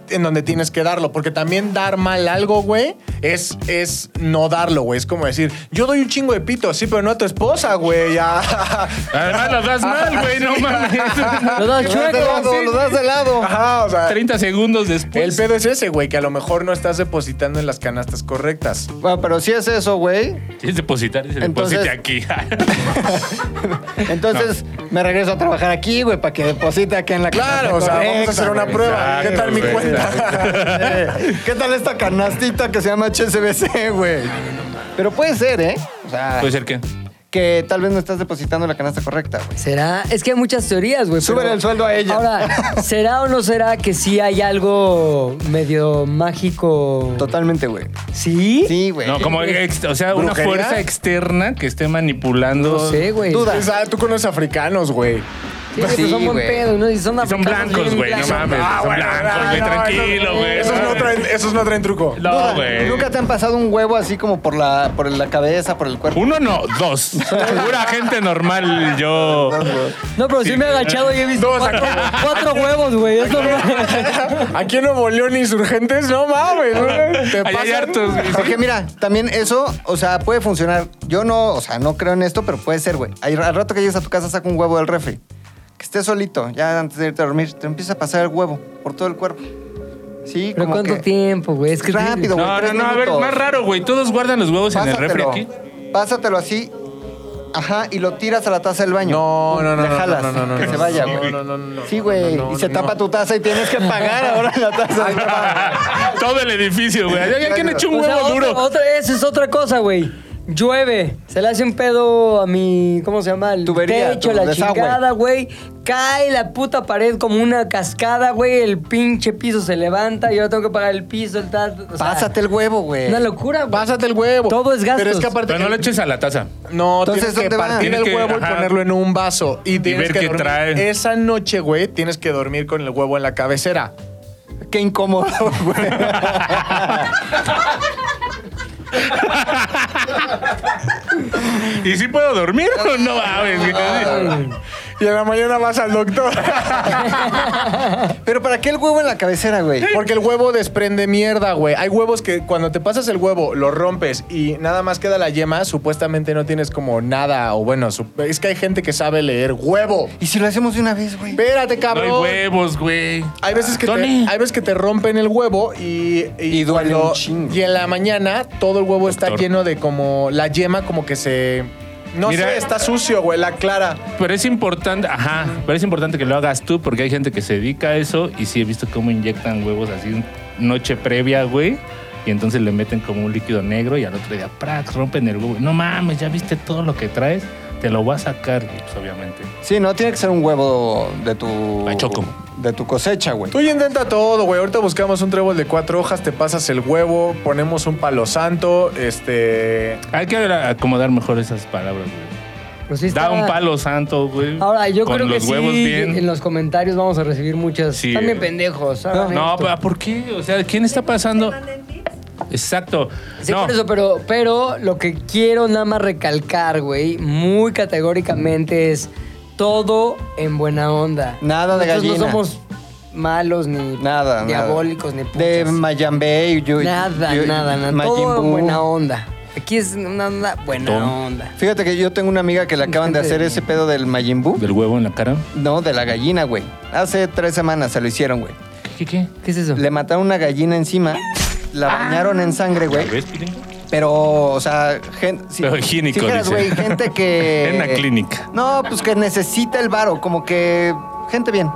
Speaker 4: en donde tienes que darlo, porque también dar mal algo, güey, es, es no darlo, güey. Es como decir, yo doy un chingo de pito, sí, pero no a tu esposa, güey. ya.
Speaker 3: Además las das mal, güey. No mames.
Speaker 2: Lo das chueco.
Speaker 5: lado, lo das de lado.
Speaker 4: Ajá, o sea,
Speaker 3: 30 segundos
Speaker 4: el
Speaker 3: después.
Speaker 4: pedo es ese, güey, que a lo mejor no estás depositando en las canastas correctas.
Speaker 5: Bueno, pero si es eso, güey,
Speaker 3: Es depositar, dice,
Speaker 5: Entonces-
Speaker 3: deposite aquí.
Speaker 5: entonces me regreso a trabajar aquí, güey, para que deposite aquí en la
Speaker 4: Claro,
Speaker 5: canasta
Speaker 4: o sea, vamos a
Speaker 5: correcta,
Speaker 4: hacer una
Speaker 5: güey.
Speaker 4: prueba. ¿Qué tal mi
Speaker 3: Exacto,
Speaker 4: cuenta?
Speaker 5: Eh, ¿Qué tal esta canastita que se llama HSBC, güey? Pero puede ser, ¿eh? O sea,
Speaker 3: Puede ser que.
Speaker 5: que tal vez no estás depositando la canasta correcta, güey.
Speaker 2: ¿Será? Es que hay muchas teorías, güey.
Speaker 5: Súbele
Speaker 2: pero-
Speaker 5: el sueldo a ella.
Speaker 2: Ahora, ¿será o no será que sí hay algo medio mágico?
Speaker 5: Totalmente, güey.
Speaker 2: ¿Sí?
Speaker 5: Sí, güey.
Speaker 3: No, como, ex- o sea, una
Speaker 4: ¿Brujería?
Speaker 3: fuerza externa que esté manipulando.
Speaker 2: No sé, güey.
Speaker 5: Duda.
Speaker 4: O sea, tú conoces africanos, güey.
Speaker 2: Sí, pero
Speaker 5: Sí,
Speaker 2: son buen
Speaker 5: güey.
Speaker 2: pedo, ¿no? Y son,
Speaker 3: Y son
Speaker 2: africanos
Speaker 3: blancos,
Speaker 2: bien
Speaker 3: güey, no
Speaker 2: blancos.
Speaker 3: mames. Ah, son
Speaker 4: Ah, bueno,
Speaker 3: blancos,
Speaker 4: no,
Speaker 3: güey,
Speaker 4: no,
Speaker 3: tranquilo,
Speaker 4: esos-
Speaker 3: güey.
Speaker 4: Esos no traen, esos no traen truco.
Speaker 3: No, güey.
Speaker 5: ¿Nunca te han pasado un huevo así como por la, por la cabeza, por el cuerpo?
Speaker 3: Uno no, dos. Pura gente normal, yo.
Speaker 2: No, pero sí, me he agachado y he visto cuatro, cuatro huevos, güey. Es normal.
Speaker 4: Aquí en Nuevo León insurgentes, no mames. güey. Te
Speaker 3: Ahí hay
Speaker 4: pasan.
Speaker 3: hartos, güey.
Speaker 5: Porque mira, también eso, o sea, puede funcionar. Yo no, o sea, no creo en esto, pero puede ser, güey. Al al rato que llegues a tu casa, saca un huevo del refri. Que estés solito, ya antes de irte a dormir, te empieza a pasar el huevo por todo el cuerpo. Sí,
Speaker 2: ¿Pero
Speaker 5: como
Speaker 2: cuánto
Speaker 5: que-
Speaker 2: tiempo, güey? Es que
Speaker 5: Rápido, güey.
Speaker 3: No, no,
Speaker 5: tres
Speaker 3: no, a ver,
Speaker 5: minutos.
Speaker 3: más raro, güey. Todos guardan los huevos en el refri
Speaker 5: Pásatelo.
Speaker 3: aquí.
Speaker 5: Pásatelo así. Ajá, y lo tiras a la taza del baño.
Speaker 4: No, no, no,
Speaker 5: Le
Speaker 4: no,
Speaker 5: jalas,
Speaker 4: no, no, no,
Speaker 5: que
Speaker 4: no,
Speaker 5: se vaya,
Speaker 4: no,
Speaker 5: güey.
Speaker 4: no, no, no,
Speaker 5: sí, güey.
Speaker 4: no, no,
Speaker 5: y se
Speaker 4: no.
Speaker 5: tapa tu taza y tienes que pagar ahora la taza del baño.
Speaker 3: Todo el edificio, güey. Hay alguien echó un
Speaker 2: O sea,
Speaker 3: huevo
Speaker 2: otra-
Speaker 3: duro.
Speaker 2: otra- eso es otra cosa, güey. Llueve, se le hace un pedo a mi, ¿cómo se llama? El
Speaker 5: Tubería,
Speaker 2: techo,
Speaker 5: tu
Speaker 2: la
Speaker 5: desagüe.
Speaker 2: chingada, güey. Cae la puta pared como una cascada, güey. El pinche piso se levanta y ahora tengo que pagar el piso, el tal. o sea,
Speaker 5: Pásate el huevo, güey.
Speaker 2: Una locura, güey.
Speaker 4: Pásate el huevo.
Speaker 2: Todo es gastos.
Speaker 4: Pero es que aparte.
Speaker 3: Pero no le eches a la taza.
Speaker 4: No,
Speaker 5: Entonces,
Speaker 4: tienes que
Speaker 5: ¿dónde va?
Speaker 4: partir
Speaker 3: Tienes
Speaker 4: el
Speaker 3: que-
Speaker 4: huevo y
Speaker 3: ajá.
Speaker 4: ponerlo en un vaso. Y, tienes
Speaker 3: ver
Speaker 4: que
Speaker 3: qué
Speaker 4: dormir.
Speaker 3: trae.
Speaker 4: Esa noche, güey, tienes que dormir con el huevo en la cabecera.
Speaker 5: Qué incómodo, güey.
Speaker 3: ¿Y si puedo dormir o no mames, güey?
Speaker 4: Y en la mañana vas al doctor.
Speaker 5: Pero ¿para qué el huevo en la cabecera, güey?
Speaker 4: Porque el huevo desprende mierda, güey. Hay huevos que cuando te pasas el huevo, lo rompes y nada más queda la yema, supuestamente no tienes como nada. O bueno, sup- es que hay gente que sabe leer huevo.
Speaker 5: ¿Y si lo hacemos de una vez, güey?
Speaker 4: Espérate,
Speaker 3: No hay
Speaker 4: cabrón.
Speaker 3: huevos, güey.
Speaker 4: Hay veces, que te,
Speaker 3: Tony.
Speaker 4: hay veces que te rompen el huevo y,
Speaker 5: Y duele
Speaker 4: cuando-
Speaker 5: un chingo.
Speaker 4: y en la mañana todo el huevo está
Speaker 3: Doctor.
Speaker 4: lleno de como la yema como que se... No
Speaker 3: Mira.
Speaker 4: sé, está sucio, güey, la clara.
Speaker 3: Pero es importante, ajá, pero es importante que lo hagas tú porque hay gente que se dedica a eso y sí he visto cómo inyectan huevos así noche previa, güey. Y entonces le meten como un líquido negro y al otro día, prac, rompen el huevo. No mames, ya viste todo lo que traes, te lo voy a sacar, Y, pues, obviamente.
Speaker 5: Sí, no, tiene que ser un huevo de tu...
Speaker 3: Pachoco.
Speaker 5: De tu cosecha, güey.
Speaker 4: Tú ya intenta todo, güey. Ahorita buscamos un trébol de cuatro hojas, te pasas el huevo, ponemos un palo santo, este...
Speaker 3: Hay que acomodar mejor esas palabras, güey.
Speaker 2: Pues sí
Speaker 3: Da
Speaker 2: está-
Speaker 3: un palo santo, güey.
Speaker 2: Ahora, yo
Speaker 3: con
Speaker 2: creo
Speaker 3: los
Speaker 2: que
Speaker 3: huevos
Speaker 2: sí,
Speaker 3: bien.
Speaker 2: en los comentarios vamos a recibir muchas.
Speaker 3: Sí,
Speaker 2: Están bien
Speaker 3: eh.
Speaker 2: pendejos. hagan
Speaker 3: No,
Speaker 2: esto.
Speaker 3: pero ¿por qué? O sea, ¿quién está pasando? Exacto.
Speaker 2: Sí,
Speaker 3: no.
Speaker 2: por eso, pero, pero lo que quiero nada más recalcar, güey, muy categóricamente es todo en buena onda.
Speaker 5: Nada de
Speaker 2: Nosotros
Speaker 5: gallina.
Speaker 2: no somos malos ni
Speaker 5: Nada,
Speaker 2: diabólicos
Speaker 5: nada.
Speaker 2: ni
Speaker 5: De
Speaker 2: putas.
Speaker 5: Mayambe y yo.
Speaker 2: nada,
Speaker 5: yo-
Speaker 2: nada, nada.
Speaker 5: Majin
Speaker 2: Todo en
Speaker 5: Buu.
Speaker 2: buena onda. Aquí es una onda buena
Speaker 3: Todo.
Speaker 2: onda.
Speaker 5: Fíjate que yo tengo una amiga que le acaban de
Speaker 2: Gente
Speaker 5: hacer
Speaker 2: de
Speaker 5: ese pedo del Majin Buu.
Speaker 3: ¿Del huevo en la cara?
Speaker 5: No, de la gallina, güey. Hace tres semanas se lo hicieron, güey.
Speaker 3: ¿Qué, qué?
Speaker 2: ¿Qué es eso?
Speaker 5: Le mataron una gallina encima, la
Speaker 2: Ah.
Speaker 5: bañaron en sangre, güey.
Speaker 3: ¿Ves, Pilinga?
Speaker 5: Pero, o sea, gente.
Speaker 3: Pero higiénico, dice.
Speaker 5: güey, gente que.
Speaker 3: En una clínica.
Speaker 5: No, pues que necesita el varo, como que. Gente bien.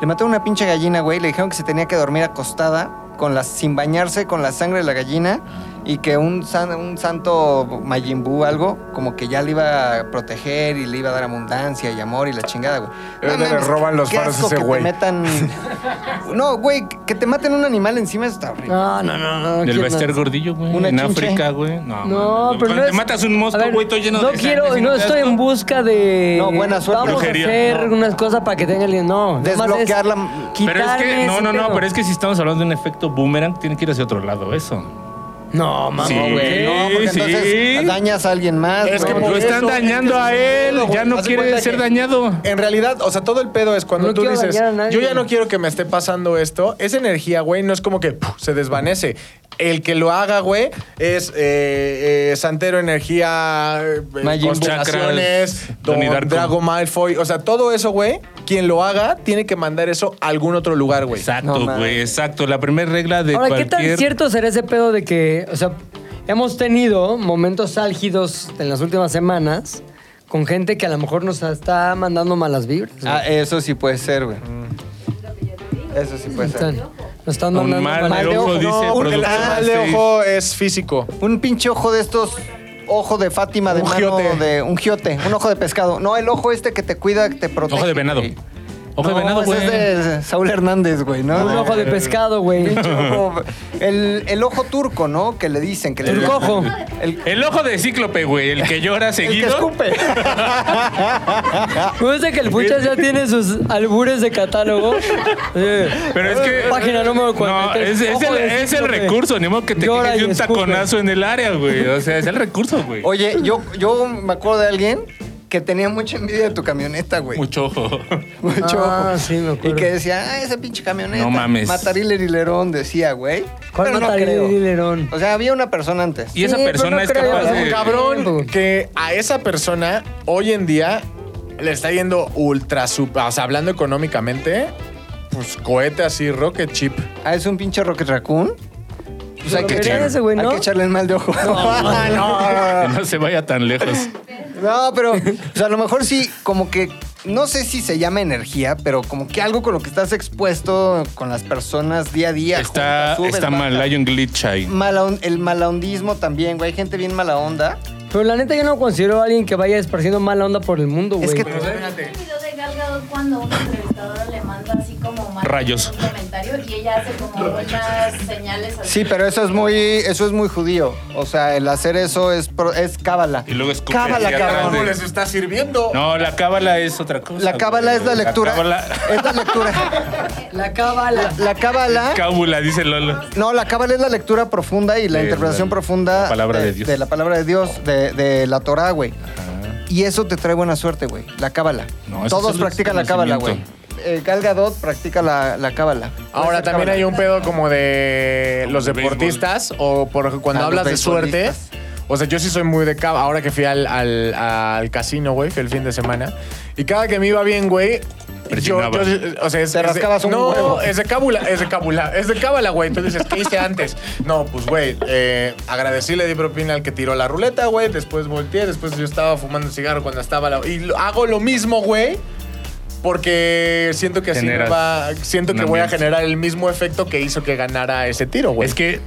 Speaker 5: Le mataron una pinche gallina, güey. Le dijeron que se tenía que dormir acostada, con la, sin bañarse, con la sangre de la gallina. Y que un, san- un santo Majin Buu, algo, como que ya le iba a proteger y le iba a dar abundancia y amor y la chingada, güey.
Speaker 4: Eh,
Speaker 5: No
Speaker 4: le
Speaker 5: mames,
Speaker 4: roban los
Speaker 5: qué
Speaker 4: faros a
Speaker 5: asco
Speaker 4: ese
Speaker 5: que te
Speaker 4: güey.
Speaker 5: metan. No, güey, que te maten un animal encima está horrible.
Speaker 2: No, no, no, no.
Speaker 3: Del
Speaker 2: quiero-
Speaker 3: Bester Gordillo, güey.
Speaker 5: Una
Speaker 3: En
Speaker 5: chinche.
Speaker 3: África, güey. No,
Speaker 2: No,
Speaker 3: mames.
Speaker 2: pero no
Speaker 3: Te
Speaker 2: es-
Speaker 3: matas un
Speaker 2: A
Speaker 3: mosco,
Speaker 2: ver,
Speaker 3: güey, todo lleno
Speaker 2: no
Speaker 3: de
Speaker 2: quiero,
Speaker 3: sangre,
Speaker 2: no
Speaker 3: sin
Speaker 2: estoy en
Speaker 3: casco.
Speaker 2: busca de.
Speaker 5: No, buena suerte.
Speaker 2: Vamos
Speaker 3: Brujería.
Speaker 2: a hacer
Speaker 3: No.
Speaker 2: unas cosas para que tenga el. No, nada más es
Speaker 5: Desbloquearla.
Speaker 3: Pero es
Speaker 2: quitarme
Speaker 3: que, no,
Speaker 2: ese
Speaker 3: no, no,
Speaker 2: pedo.
Speaker 3: pero es que si estamos hablando de un efecto boomerang, tiene que ir hacia otro lado, eso.
Speaker 2: No,
Speaker 3: Sí,
Speaker 2: mamá, güey.
Speaker 5: No, porque
Speaker 3: sí. pues,
Speaker 5: entonces dañas a alguien más.
Speaker 4: Es que
Speaker 5: güey.
Speaker 4: por
Speaker 3: Lo están
Speaker 4: eso,
Speaker 3: dañando
Speaker 4: es
Speaker 3: a
Speaker 4: que es un
Speaker 3: él,
Speaker 4: pedo,
Speaker 3: ya
Speaker 4: güey.
Speaker 3: no
Speaker 4: Haz de cuenta
Speaker 3: quiere ser
Speaker 4: que-
Speaker 3: dañado.
Speaker 4: En realidad, o sea, todo el pedo es cuando
Speaker 2: No
Speaker 4: tú
Speaker 2: quiero
Speaker 4: dices,
Speaker 2: dañar a nadie.
Speaker 4: yo ya no quiero que me esté pasando esto. Esa energía, güey, no es como que ¡puf! se desvanece. El que lo haga, güey, es eh, eh, Santero Energía, eh,
Speaker 5: Majin Buu.
Speaker 4: Constelaciones,
Speaker 3: Chakras,
Speaker 4: Don
Speaker 3: Donnie Darko.
Speaker 4: Drago Malfoy. O sea, todo eso, güey, quien lo haga tiene que mandar eso a algún otro lugar, güey.
Speaker 3: Exacto,
Speaker 5: No,
Speaker 3: güey,
Speaker 5: mames.
Speaker 3: exacto. La primera regla de
Speaker 2: Ahora,
Speaker 3: cualquier...
Speaker 2: ¿qué tan cierto será ese pedo de que, o sea, hemos tenido momentos álgidos en las últimas semanas con gente que a lo mejor nos está mandando malas vibras? güey?
Speaker 5: Ah, eso sí puede ser, güey. Eso sí puede
Speaker 2: Están-
Speaker 5: ser.
Speaker 2: nos están
Speaker 3: Un
Speaker 2: mandando
Speaker 3: mal
Speaker 2: malas
Speaker 3: de
Speaker 2: vibras.
Speaker 3: ojo, dice
Speaker 4: No, un- el
Speaker 3: producción.
Speaker 4: mal de ojo es físico.
Speaker 5: Un pinche ojo de estos. Ojo de Fátima, de
Speaker 4: Un
Speaker 5: mano
Speaker 4: giote.
Speaker 5: de un giote, un ojo de pescado. No, el ojo este que te cuida, que te protege.
Speaker 3: Ojo de venado.
Speaker 5: güey.
Speaker 3: Ojo
Speaker 5: No,
Speaker 3: de venado,
Speaker 5: ese
Speaker 3: güey.
Speaker 5: Es de Saúl Hernández, güey, ¿no?
Speaker 2: Un ojo de
Speaker 3: Ah,
Speaker 2: pescado, güey.
Speaker 5: Pinche ojo. El, el ojo turco, ¿no? Que le dicen que le
Speaker 2: El
Speaker 5: llaman.
Speaker 2: cojo.
Speaker 5: El,
Speaker 3: El ojo de cíclope, güey, el que llora
Speaker 5: el que
Speaker 3: seguido.
Speaker 5: escupe.
Speaker 2: Me gusta Pues que el Puchas ya tiene sus albures de catálogo.
Speaker 3: Pero es que.
Speaker 2: Página número 43.
Speaker 3: No, es, es
Speaker 2: Ojo
Speaker 3: el,
Speaker 2: de
Speaker 3: es el
Speaker 2: cíclope.
Speaker 3: recurso, ni modo que te
Speaker 2: Llora
Speaker 3: quejes de
Speaker 2: y
Speaker 3: un
Speaker 2: escupe.
Speaker 3: taconazo en el área, güey. O sea, es el recurso, güey.
Speaker 5: Oye, yo, yo me acuerdo de alguien que tenía mucha envidia de tu camioneta, güey.
Speaker 3: Mucho ojo.
Speaker 5: Mucho
Speaker 2: Ah,
Speaker 5: ojo.
Speaker 2: sí, me acuerdo.
Speaker 5: Y que decía, ah, esa pinche camioneta.
Speaker 3: No mames.
Speaker 5: Mataril Erilerón decía, güey.
Speaker 2: ¿Cuál
Speaker 5: Pero no
Speaker 2: mataría
Speaker 5: creo.
Speaker 2: el dilerón?
Speaker 5: O sea, había una persona antes.
Speaker 3: Y esa
Speaker 2: Sí, pero
Speaker 3: persona
Speaker 2: no
Speaker 3: es
Speaker 2: creo,
Speaker 3: capaz
Speaker 2: ¿verdad?
Speaker 3: de.
Speaker 4: Cabrón,
Speaker 2: Tiempo.
Speaker 4: que a esa persona hoy en día le está yendo ultra super. O sea, hablando económicamente, pues cohete así, rocket chip.
Speaker 5: Ah, es un pinche Rocket Raccoon. Pues hay que,
Speaker 2: Pero
Speaker 5: echarle,
Speaker 2: ese güey, ¿no?
Speaker 5: hay que echarle el mal de ojo. No, no,
Speaker 3: Que
Speaker 5: no,
Speaker 3: no se vaya tan lejos.
Speaker 5: No, pero o sea, a lo mejor sí, como que, no sé si se llama energía, pero como que algo con lo que estás expuesto con las personas día a día.
Speaker 3: Está,
Speaker 5: juntas, subes,
Speaker 3: está
Speaker 5: bajas.
Speaker 3: mal, hay un glitch ahí.
Speaker 5: Mala- el malahondismo también, güey. Hay gente bien mala onda.
Speaker 2: Pero la neta yo no considero a alguien que vaya esparciendo mala onda por el mundo, güey.
Speaker 5: Es que
Speaker 6: un video de Gal Gadot cuando una entrevistadora le manda así como mal-
Speaker 3: Rayos.
Speaker 6: un comentario y ella hace como unas señales así.
Speaker 5: Sí, pero eso es muy, eso es muy judío. O sea, el hacer eso es, pro- es cábala.
Speaker 3: Y luego escupe
Speaker 5: Cábala,
Speaker 3: hacia atrás
Speaker 5: cabrón.
Speaker 3: de-
Speaker 4: está sirviendo?
Speaker 3: No, la cábala es otra cosa.
Speaker 5: La cábala
Speaker 3: güey.
Speaker 5: es la lectura.
Speaker 3: cábala.
Speaker 5: Es la lectura.
Speaker 2: La cábala.
Speaker 5: La cábala.
Speaker 3: Cábula, dice Lolo.
Speaker 5: No, la cábala es la lectura profunda y la
Speaker 3: De
Speaker 5: interpretación
Speaker 3: la-
Speaker 5: profunda
Speaker 3: la palabra de Dios.
Speaker 5: de la palabra de Dios, de, de la Torah, güey. Y eso te trae buena suerte, güey. La cábala.
Speaker 3: No, eso es
Speaker 5: Todos
Speaker 3: el
Speaker 5: practican la cábala, güey.
Speaker 3: conocimiento.
Speaker 5: Eh, Gal Gadot practica la, la cábala.
Speaker 4: Ahora también hay un pedo como de los
Speaker 3: Como de
Speaker 4: deportistas o por cuando
Speaker 5: Ah, los
Speaker 4: hablas de suerte.
Speaker 5: beisbolistas.
Speaker 4: O sea, yo sí soy muy de cava. Ahora que fui al, al- al casino, güey, que el fin de semana. Y cada que me iba bien, güey. Yo,
Speaker 3: Presionabas.
Speaker 4: yo- o sea, es,
Speaker 5: Te
Speaker 4: es de-
Speaker 5: rascabas un
Speaker 4: no,
Speaker 5: huevo.
Speaker 4: es de cábula, es de cábula, es de cábala, güey. Tú dices, ¿qué hice antes? No, pues, güey, eh, agradecí, le di propina al que tiró la ruleta, güey. Después volteé, después yo estaba fumando un cigarro cuando estaba la. Y lo- hago lo mismo, güey, porque siento que así me
Speaker 3: Generas
Speaker 4: va. Siento que
Speaker 3: un
Speaker 4: voy a
Speaker 3: ambiente.
Speaker 4: generar el mismo efecto que hizo que ganara ese tiro, güey.
Speaker 3: Es que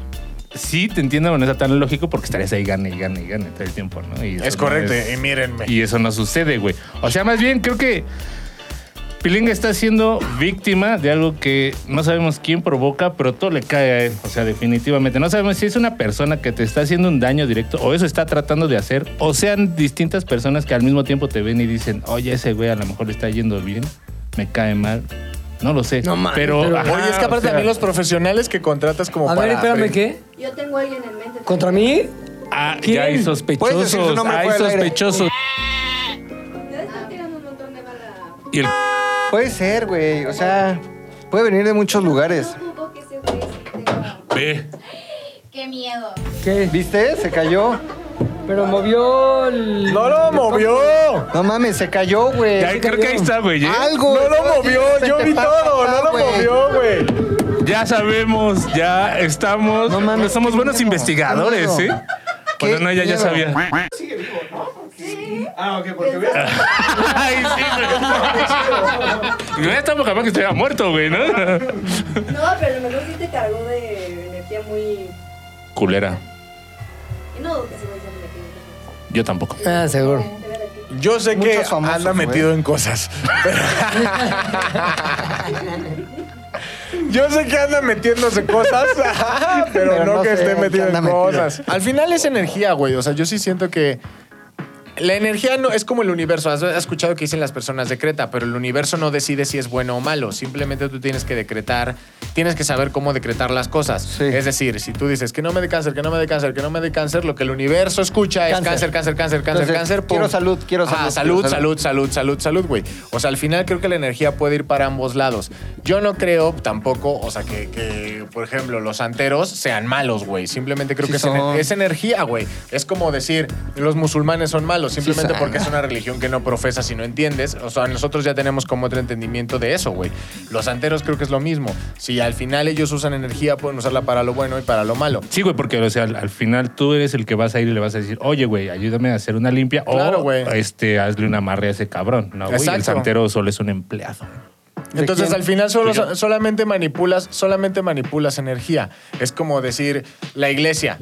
Speaker 3: sí te entiendo, pero no está tan lógico porque estarías ahí gane y gane y gane todo el tiempo, ¿no? Y eso
Speaker 4: es
Speaker 3: no
Speaker 4: correcto,
Speaker 3: es-
Speaker 4: y mírenme.
Speaker 3: y eso no sucede, güey. O sea, más bien creo que Pilinga está siendo víctima de algo que no sabemos quién provoca, pero todo le cae a él. O sea, definitivamente. No sabemos si es una persona que te está haciendo un daño directo o eso está tratando de hacer. O sean distintas personas que al mismo tiempo te ven y dicen, oye, ese güey a lo mejor le está yendo bien, me cae mal. No lo sé.
Speaker 2: No mames,
Speaker 3: pero,
Speaker 2: pero-
Speaker 3: ajá,
Speaker 4: Oye, es que aparte
Speaker 3: Ah, o sea,
Speaker 4: también los profesionales que contratas como
Speaker 2: A ver,
Speaker 4: para-
Speaker 2: espérame, ¿qué?
Speaker 6: Yo tengo a alguien en mente.
Speaker 2: ¿Contra mí?
Speaker 3: Ah,
Speaker 2: ¿Quién?
Speaker 3: ya hay
Speaker 5: Puedes decir su
Speaker 3: sospechosos.
Speaker 5: nombre
Speaker 3: Hay
Speaker 5: fuera del aire.
Speaker 3: sospechosos. Y el
Speaker 5: Puede ser, güey. O sea, puede venir de muchos lugares.
Speaker 3: P.
Speaker 6: Qué miedo.
Speaker 2: ¿Qué?
Speaker 5: ¿Viste? Se cayó.
Speaker 2: Pero movió el...
Speaker 4: ¡No lo movió!
Speaker 5: No mames, se cayó, güey.
Speaker 3: Ya, creo que ahí está, güey. ¿eh?
Speaker 5: Algo.
Speaker 4: ¡No lo movió! ¡Yo vi todo! ¡No lo
Speaker 5: güey.
Speaker 4: movió, güey!
Speaker 3: Ya sabemos, ya estamos.
Speaker 5: No mames,
Speaker 3: somos
Speaker 5: qué
Speaker 3: buenos
Speaker 5: miedo,
Speaker 3: investigadores,
Speaker 5: qué
Speaker 3: ¿sí?
Speaker 5: miedo.
Speaker 3: Bueno, no, ya, ya
Speaker 5: miedo.
Speaker 3: sabía.
Speaker 4: Ah, ok, porque ves.
Speaker 3: Ay, sí, Ah. güey. No, ya estamos capaz que estuviera muerto, güey, ¿no?
Speaker 7: No, pero a lo mejor sí te cargó de energía muy.
Speaker 3: Culera.
Speaker 7: Y no dudo que se me hizo energía.
Speaker 3: Yo tampoco.
Speaker 2: Ah, seguro.
Speaker 4: Yo sé que
Speaker 5: Muchos famosos,
Speaker 4: anda
Speaker 5: güey.
Speaker 4: metido en cosas. Yo sé que anda metiéndose cosas, pero,
Speaker 5: Pero
Speaker 4: no,
Speaker 5: no
Speaker 4: que
Speaker 5: sé
Speaker 4: esté
Speaker 5: qué
Speaker 4: metido en
Speaker 5: anda metido.
Speaker 4: cosas. Al final es energía, güey. O sea, yo sí siento que la energía no es como el universo. Has has escuchado que dicen las personas decreta, pero el universo no decide si es bueno o malo. Simplemente tú tienes que decretar, tienes que saber cómo decretar las cosas.
Speaker 5: Sí.
Speaker 4: Es decir, si tú dices que no me dé cáncer, que no me dé cáncer, que no me dé cáncer, lo que el universo escucha es
Speaker 2: Cáncer.
Speaker 4: cáncer, cáncer, cáncer, cáncer,
Speaker 5: Entonces,
Speaker 4: cáncer.
Speaker 5: quiero salud, quiero
Speaker 4: Ajá,
Speaker 5: salud,
Speaker 4: salud,
Speaker 5: quiero salud.
Speaker 4: salud, salud, salud, salud, güey. O sea, al final creo que la energía puede ir para ambos lados. Yo no creo tampoco, o sea, que, que, por ejemplo, los santeros sean malos, güey. Simplemente creo
Speaker 5: Sí
Speaker 4: que es, ener-
Speaker 5: son.
Speaker 4: es energía, güey. Es como decir, los musulmanes son malos, simplemente
Speaker 5: son.
Speaker 4: porque es una religión que no profesas y no entiendes. O sea, nosotros ya tenemos como otro entendimiento de eso, güey. Los santeros creo que es lo mismo. Si al final ellos usan energía, pueden usarla para lo bueno y para lo malo.
Speaker 3: Sí, güey, porque o sea, al, al final tú eres el que vas a ir y le vas a decir, oye, güey, ayúdame a hacer una limpia
Speaker 4: Claro,
Speaker 3: o
Speaker 4: güey.
Speaker 3: este, hazle una amarre a ese cabrón. No, güey, el
Speaker 4: Exacto.
Speaker 3: santero solo es un empleado.
Speaker 4: Entonces
Speaker 5: quién?
Speaker 4: al final solo-
Speaker 3: Tuyo.
Speaker 4: solamente manipulas, solamente manipulas energía. Es como decir la iglesia.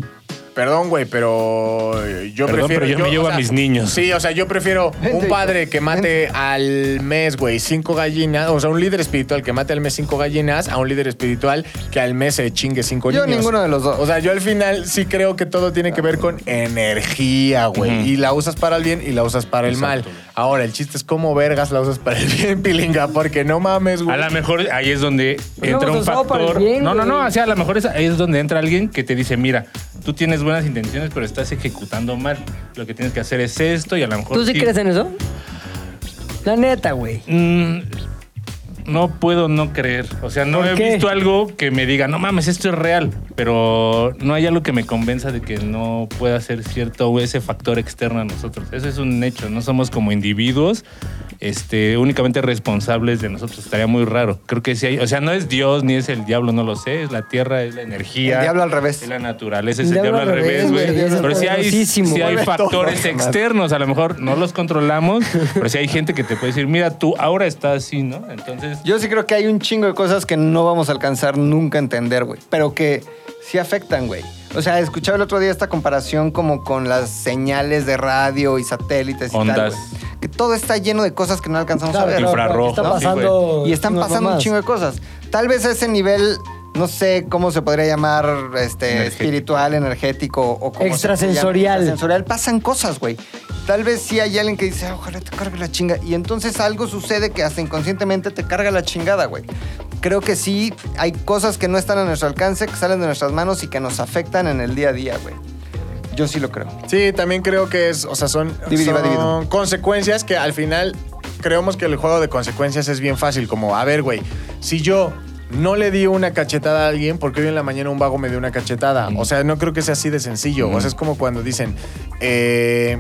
Speaker 4: Perdón, güey, pero yo
Speaker 3: Perdón,
Speaker 4: prefiero.
Speaker 3: pero yo me llevo
Speaker 4: o
Speaker 3: a mis niños.
Speaker 4: Sí, o sea, yo prefiero
Speaker 5: Vente,
Speaker 4: un
Speaker 5: hijo,
Speaker 4: padre que mate al mes, güey, cinco gallinas. O sea, un líder espiritual que mate al mes cinco gallinas a un líder espiritual que al mes se chingue cinco
Speaker 5: Yo
Speaker 4: niños.
Speaker 5: ninguno de los dos.
Speaker 4: O sea, yo al final sí creo que todo tiene que ver con energía, güey. Y la usas para el bien y la usas para el mal.
Speaker 3: Exacto, güey.
Speaker 4: Ahora, el chiste es cómo vergas la usas para el bien, pilinga, porque no mames, güey.
Speaker 3: A lo mejor ahí es donde
Speaker 2: Pero
Speaker 3: entra
Speaker 2: hemos
Speaker 3: un
Speaker 2: usado para el
Speaker 3: factor.
Speaker 2: bien,
Speaker 3: no, no, no.
Speaker 2: güey.
Speaker 3: O sea, a lo mejor es, ahí es donde entra alguien que te dice, mira, tú tienes buenas intenciones, pero estás ejecutando mal. Lo que tienes que hacer es esto y a lo mejor.
Speaker 2: ¿Tú sí crees en eso? La neta, güey.
Speaker 3: Mm, no puedo no creer. O sea, no
Speaker 2: ¿Por
Speaker 3: he
Speaker 2: qué?
Speaker 3: visto algo que me diga, no mames, esto es real. Pero no hay algo que me convenza de que no pueda ser cierto o ese factor externo a nosotros. Eso es un hecho. No somos como individuos este, únicamente responsables de nosotros. Estaría muy raro. Creo que sí hay. O sea, no es Dios ni es el diablo, no lo sé. Es la tierra, es la energía.
Speaker 5: El diablo al revés.
Speaker 3: Es la naturaleza, es
Speaker 2: El
Speaker 3: el diablo, al revés, güey.
Speaker 5: el diablo
Speaker 3: Pero sí hay,
Speaker 2: poderosísimo.
Speaker 3: sí hay
Speaker 5: Mueve todo,
Speaker 3: factores
Speaker 5: madre.
Speaker 3: externos, a lo mejor no los controlamos, pero sí hay gente que te puede decir, mira, tú ahora estás así, ¿no? Entonces,
Speaker 5: Yo sí creo que hay un chingo de cosas que no vamos a alcanzar nunca a entender, güey. Pero que sí afectan, güey. O sea, escuchaba el otro día esta comparación como con las señales de radio y satélites y tal,
Speaker 3: Ondas.
Speaker 5: güey. Que todo está lleno de cosas que no alcanzamos a ver.
Speaker 3: claro, infrarrojo,
Speaker 2: Está
Speaker 3: ¿no?
Speaker 2: pasando
Speaker 5: Y están
Speaker 2: unas
Speaker 5: pasando un
Speaker 2: mamadas.
Speaker 5: chingo de cosas. Tal vez a ese nivel, no sé cómo se podría llamar este,
Speaker 3: Energético.
Speaker 5: espiritual, energético o como.
Speaker 2: Extrasensorial.
Speaker 5: Extrasensorial. Pasan cosas, güey. Tal vez sí hay alguien que dice, "Ah, ojalá te cargue la chinga. Y entonces algo sucede que hasta inconscientemente te carga la chingada, güey. Creo que sí hay cosas que no están a nuestro alcance, que salen de nuestras manos y que nos afectan en el día a día, güey. Yo sí lo creo.
Speaker 4: Sí, también creo que es, o sea, son,
Speaker 5: Dividido,
Speaker 4: son
Speaker 5: dividido.
Speaker 4: consecuencias que al final creemos que el juego de consecuencias es bien fácil, como, a ver, güey, si yo no le di una cachetada a alguien, porque hoy en la mañana un vago me dio una cachetada. O sea, no creo que sea así de sencillo. O sea, es como cuando dicen, eh,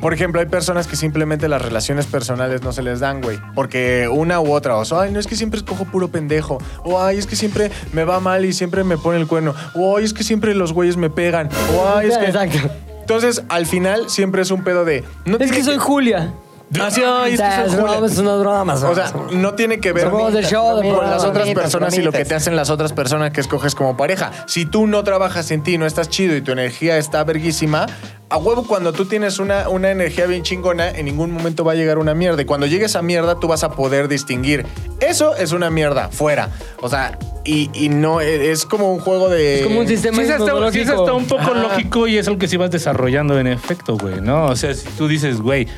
Speaker 4: por ejemplo, hay personas que simplemente las relaciones personales no se les dan, güey. Porque una u otra, o sea, ay, no es que siempre escojo puro pendejo. O ay, es que siempre me va mal y siempre me pone el cuerno. O ay, es que siempre los güeyes me pegan. O ay, es que.
Speaker 2: Exacto.
Speaker 4: Entonces, al final siempre es un pedo de. no
Speaker 2: Es
Speaker 4: tiene
Speaker 2: que soy Julia.
Speaker 4: Así, ay, es que soy
Speaker 2: Es
Speaker 4: Julia.
Speaker 2: broma, es una broma más.
Speaker 4: O sea, no tiene que ver
Speaker 2: Somos de show, de
Speaker 4: con
Speaker 2: programa.
Speaker 4: las otras
Speaker 5: Bromitas,
Speaker 4: personas y lo que
Speaker 5: bromitas.
Speaker 4: te hacen las otras personas que escoges como pareja. Si tú no trabajas en ti, no estás chido y tu energía está verguísima, a huevo cuando tú tienes una, una energía bien chingona, en ningún momento va a llegar una mierda. Y cuando llegue esa mierda, tú vas a poder distinguir. Eso es una mierda, fuera. O sea, y, y no, eh, es como un juego de...
Speaker 2: es como un sistema
Speaker 3: Sí, es hasta, sí, es hasta un poco
Speaker 4: Ajá.
Speaker 3: lógico y es algo que sí vas desarrollando en efecto, güey, ¿no? O sea, si tú dices, güey,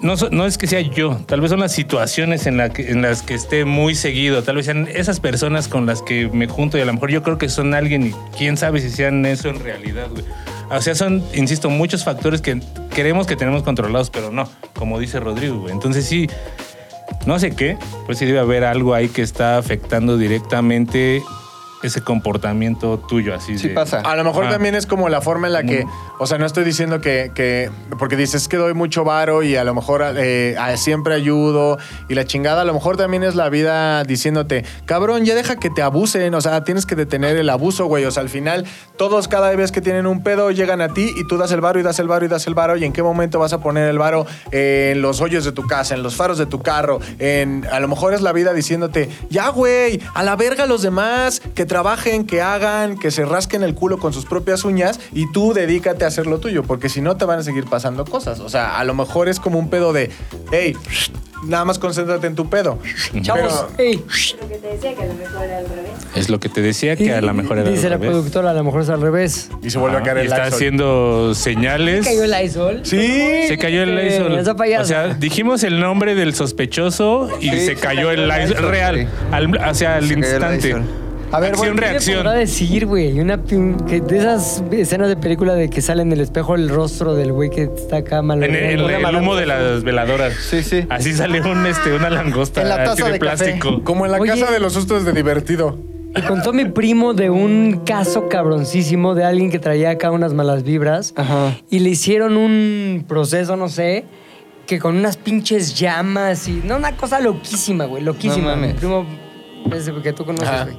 Speaker 3: no, so- no es que sea yo, tal vez son las situaciones en, la que- en las que esté muy seguido, tal vez sean esas personas con las que me junto y a lo mejor yo creo que son alguien y quién sabe si sean eso en realidad, güey. O sea, son, insisto, muchos factores que creemos que tenemos controlados, pero no, como dice Rodrigo, güey. Entonces sí, no sé qué, pues sí debe haber algo ahí que está afectando directamente ese comportamiento tuyo, así
Speaker 5: Sí
Speaker 3: de-
Speaker 5: pasa.
Speaker 4: A lo mejor
Speaker 3: Ah.
Speaker 4: también es como la forma en la que,
Speaker 3: Mm.
Speaker 4: o sea, no estoy diciendo que, que- porque dices que doy mucho varo y a lo mejor eh, a- siempre ayudo y la chingada, a lo mejor también es la vida diciéndote, cabrón, ya deja que te abusen, o sea, tienes que detener el abuso, güey, o sea, al final todos cada vez que tienen un pedo llegan a ti y tú das el varo y das el varo y das el varo y en qué momento vas a poner el varo eh, en los hoyos de tu casa, en los faros de tu carro, en a lo mejor es la vida diciéndote, ya, güey, a la verga los demás, que trabajen, que hagan, que se rasquen el culo con sus propias uñas y tú dedícate a hacer lo tuyo, porque si no te van a seguir pasando cosas. O sea, a lo mejor es como un pedo de, hey, nada más concéntrate en tu pedo.
Speaker 2: Chavos, ey.
Speaker 7: Lo que te decía que a lo mejor era al revés.
Speaker 3: Es lo que te decía que a lo mejor era al
Speaker 2: Dice la
Speaker 3: revés.
Speaker 2: productora, a lo mejor es al revés.
Speaker 4: Y se vuelve
Speaker 3: Ah,
Speaker 4: a caer el
Speaker 3: Está
Speaker 4: Lysol.
Speaker 3: haciendo señales.
Speaker 2: ¿Cayó el Aizol?
Speaker 4: Sí.
Speaker 3: Se cayó el
Speaker 2: Eh,
Speaker 3: Lysol.
Speaker 2: esa payasa.
Speaker 3: O sea, dijimos el nombre del sospechoso y se cayó el Lysol. Real.
Speaker 5: sí.
Speaker 3: Al, hacia el
Speaker 5: Se cayó el
Speaker 3: instante.
Speaker 5: Lysol. A ver,
Speaker 3: acción,
Speaker 5: bueno,
Speaker 3: reacción.
Speaker 2: podrá decir, güey? Una, un- que de esas escenas de película de que sale en el espejo el rostro del güey que está acá mal.
Speaker 3: En el, en el humo de las veladoras.
Speaker 5: Sí, sí.
Speaker 3: Así sale un, este, una langosta
Speaker 5: En la taza
Speaker 3: así de,
Speaker 5: de café.
Speaker 3: plástico.
Speaker 4: Como en la
Speaker 2: Oye.
Speaker 4: casa de los sustos de divertido.
Speaker 2: Me contó mi primo de un caso cabroncísimo de alguien que traía acá unas malas vibras
Speaker 5: Ajá.
Speaker 2: y le hicieron un proceso, no sé, que con unas pinches llamas y... No, una cosa loquísima, güey, loquísima.
Speaker 5: No mames.
Speaker 2: mi primo, ese que tú conoces, güey.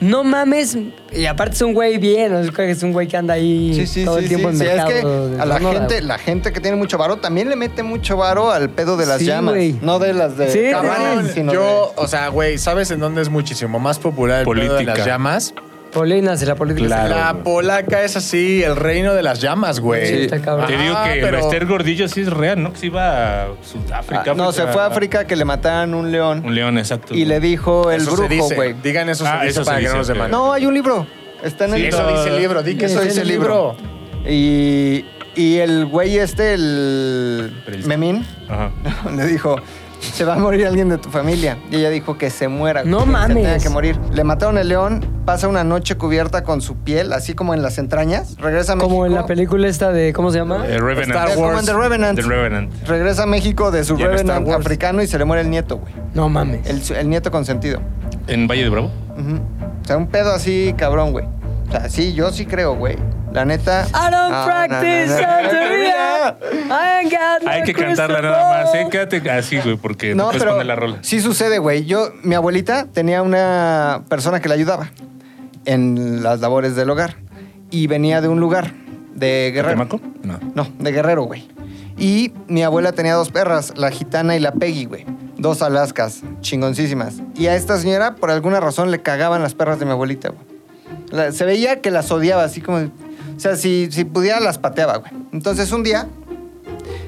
Speaker 2: No mames, y aparte es un güey bien, o sea, que es un güey que anda ahí
Speaker 5: Sí, sí,
Speaker 2: todo
Speaker 5: sí,
Speaker 2: el tiempo
Speaker 5: sí.
Speaker 2: en
Speaker 5: Sí, es
Speaker 2: mercado.
Speaker 5: que
Speaker 2: de
Speaker 5: a la
Speaker 2: Sonora,
Speaker 5: gente,
Speaker 2: güey.
Speaker 5: la gente que tiene mucho varo también le mete mucho varo al pedo de las
Speaker 2: Sí,
Speaker 5: llamas.
Speaker 2: güey.
Speaker 5: No de las de
Speaker 2: Sí, sí,
Speaker 5: cabañas,
Speaker 2: sí.
Speaker 5: sino
Speaker 4: Yo, o sea, güey, ¿sabes en dónde es muchísimo más popular el pedo de
Speaker 3: Política.
Speaker 4: las llamas?
Speaker 2: Polinas, la política.
Speaker 3: Claro.
Speaker 4: la
Speaker 3: güey.
Speaker 4: polaca es así, el reino de las llamas, güey.
Speaker 5: Sí,
Speaker 2: está cabrón.
Speaker 3: Te
Speaker 4: Ah,
Speaker 3: digo que
Speaker 4: pero-
Speaker 3: Bester Gordillo sí es real, ¿no? Que se iba a
Speaker 5: de- Ah,
Speaker 3: Sudáfrica.
Speaker 5: no, se fue a África que le mataron un león
Speaker 3: Un león, exacto.
Speaker 5: y le dijo el
Speaker 4: Eso se
Speaker 5: brujo,
Speaker 4: dice.
Speaker 5: güey.
Speaker 4: Digan eso,
Speaker 3: Ah,
Speaker 4: se dice
Speaker 3: eso se
Speaker 4: para que
Speaker 3: dice,
Speaker 4: no nos
Speaker 3: ok.
Speaker 4: demanden.
Speaker 5: No, hay un libro. Está en
Speaker 3: Sí,
Speaker 5: el
Speaker 4: eso
Speaker 5: lo-
Speaker 4: dice el libro, di que eso
Speaker 2: Dice
Speaker 4: dice
Speaker 2: el
Speaker 4: el libro.
Speaker 5: Y, y el güey este, el
Speaker 3: Pero el-
Speaker 5: Memín,
Speaker 3: Ajá.
Speaker 5: le dijo, se va a morir alguien de tu familia. Y ella dijo que se muera.
Speaker 2: No
Speaker 5: que
Speaker 2: mames.
Speaker 5: Se tenga que morir. Le mataron el león, pasa una noche cubierta con su piel, así como en las entrañas. Regresa a México.
Speaker 2: Como en la película esta de, ¿cómo se llama?
Speaker 3: Eh, Revenant.
Speaker 5: Star Como Wars. en The Revenant.
Speaker 3: The Revenant.
Speaker 5: Regresa a México de su
Speaker 3: Ya no está
Speaker 5: Revenant
Speaker 3: Wars.
Speaker 5: africano y se le muere el nieto, güey.
Speaker 2: No mames.
Speaker 5: El, su- el nieto consentido.
Speaker 3: En Valle de Bravo.
Speaker 5: Ujú. O sea, un pedo así cabrón, güey. O sea, sí, yo sí creo, güey. La neta.
Speaker 2: I don't
Speaker 5: Ah,
Speaker 2: practice
Speaker 5: na, na, na, na, na,
Speaker 2: Santería. I
Speaker 5: na.
Speaker 2: ain't got no
Speaker 3: Hay que cantarla
Speaker 2: crystal
Speaker 3: nada más, ¿eh?
Speaker 2: ball.
Speaker 3: Quédate así, güey, porque no,
Speaker 5: No,
Speaker 3: puedes
Speaker 5: pero
Speaker 3: poner la rola.
Speaker 5: sí sucede, güey. Yo, mi abuelita tenía una persona que la ayudaba en las labores del hogar y venía de un lugar de Guerrero.
Speaker 3: ¿Catemaco? No.
Speaker 5: No, de Guerrero, güey. Y mi abuela tenía dos perras, la gitana y la Peggy, güey. Dos alaskas, chingoncísimas. Y a esta señora, por alguna razón, le cagaban las perras de mi abuelita, güey. La- se veía que las odiaba, así como... O sea, si, si pudiera, las pateaba, güey. Entonces, un día,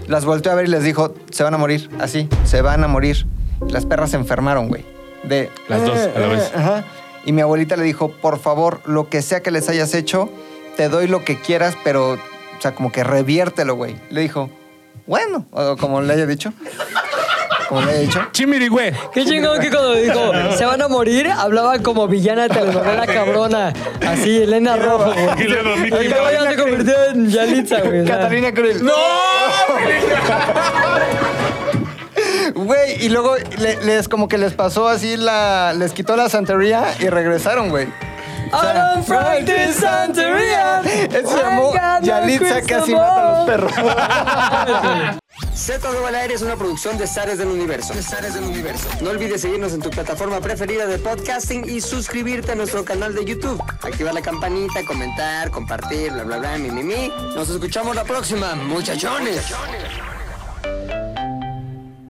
Speaker 5: las volteó a ver y les dijo, se van a morir, así, se van a morir. Las perras se enfermaron, güey. De,
Speaker 3: Las dos, a la vez.
Speaker 5: Ajá. Y mi abuelita le dijo, por favor, lo que sea que les hayas hecho, te doy lo que quieras, pero, o sea, como que reviértelo, güey. Le dijo, bueno, o como le haya dicho. Como le haya dicho.
Speaker 3: Chimiri, güey.
Speaker 2: Qué chingón que cuando dijo, se van a morir, hablaba como villana de telenovela cabrona. Así, Elena Rojo,
Speaker 3: Y
Speaker 2: güey.
Speaker 3: luego Mickey
Speaker 2: El cabo ya se convirtió en Yalitza, güey. o sea.
Speaker 5: Catalina Cruel. ¡No! Güey, y luego le- les como que les pasó así la... Les quitó la santería y regresaron, güey.
Speaker 2: I don't practice Santería.
Speaker 5: Eso se
Speaker 2: I
Speaker 5: llamó
Speaker 2: got no
Speaker 5: Yalitza
Speaker 2: crystal
Speaker 5: casi mata a los
Speaker 2: ball.
Speaker 5: perros.
Speaker 1: Z2 al aire es una producción de Zares del Universo. De Zares del Universo. No olvides seguirnos en tu plataforma preferida de podcasting y suscribirte a nuestro canal de YouTube. Activar la campanita, comentar, compartir, bla, bla, bla, mi, mi, mi. Nos escuchamos la próxima, muchachones.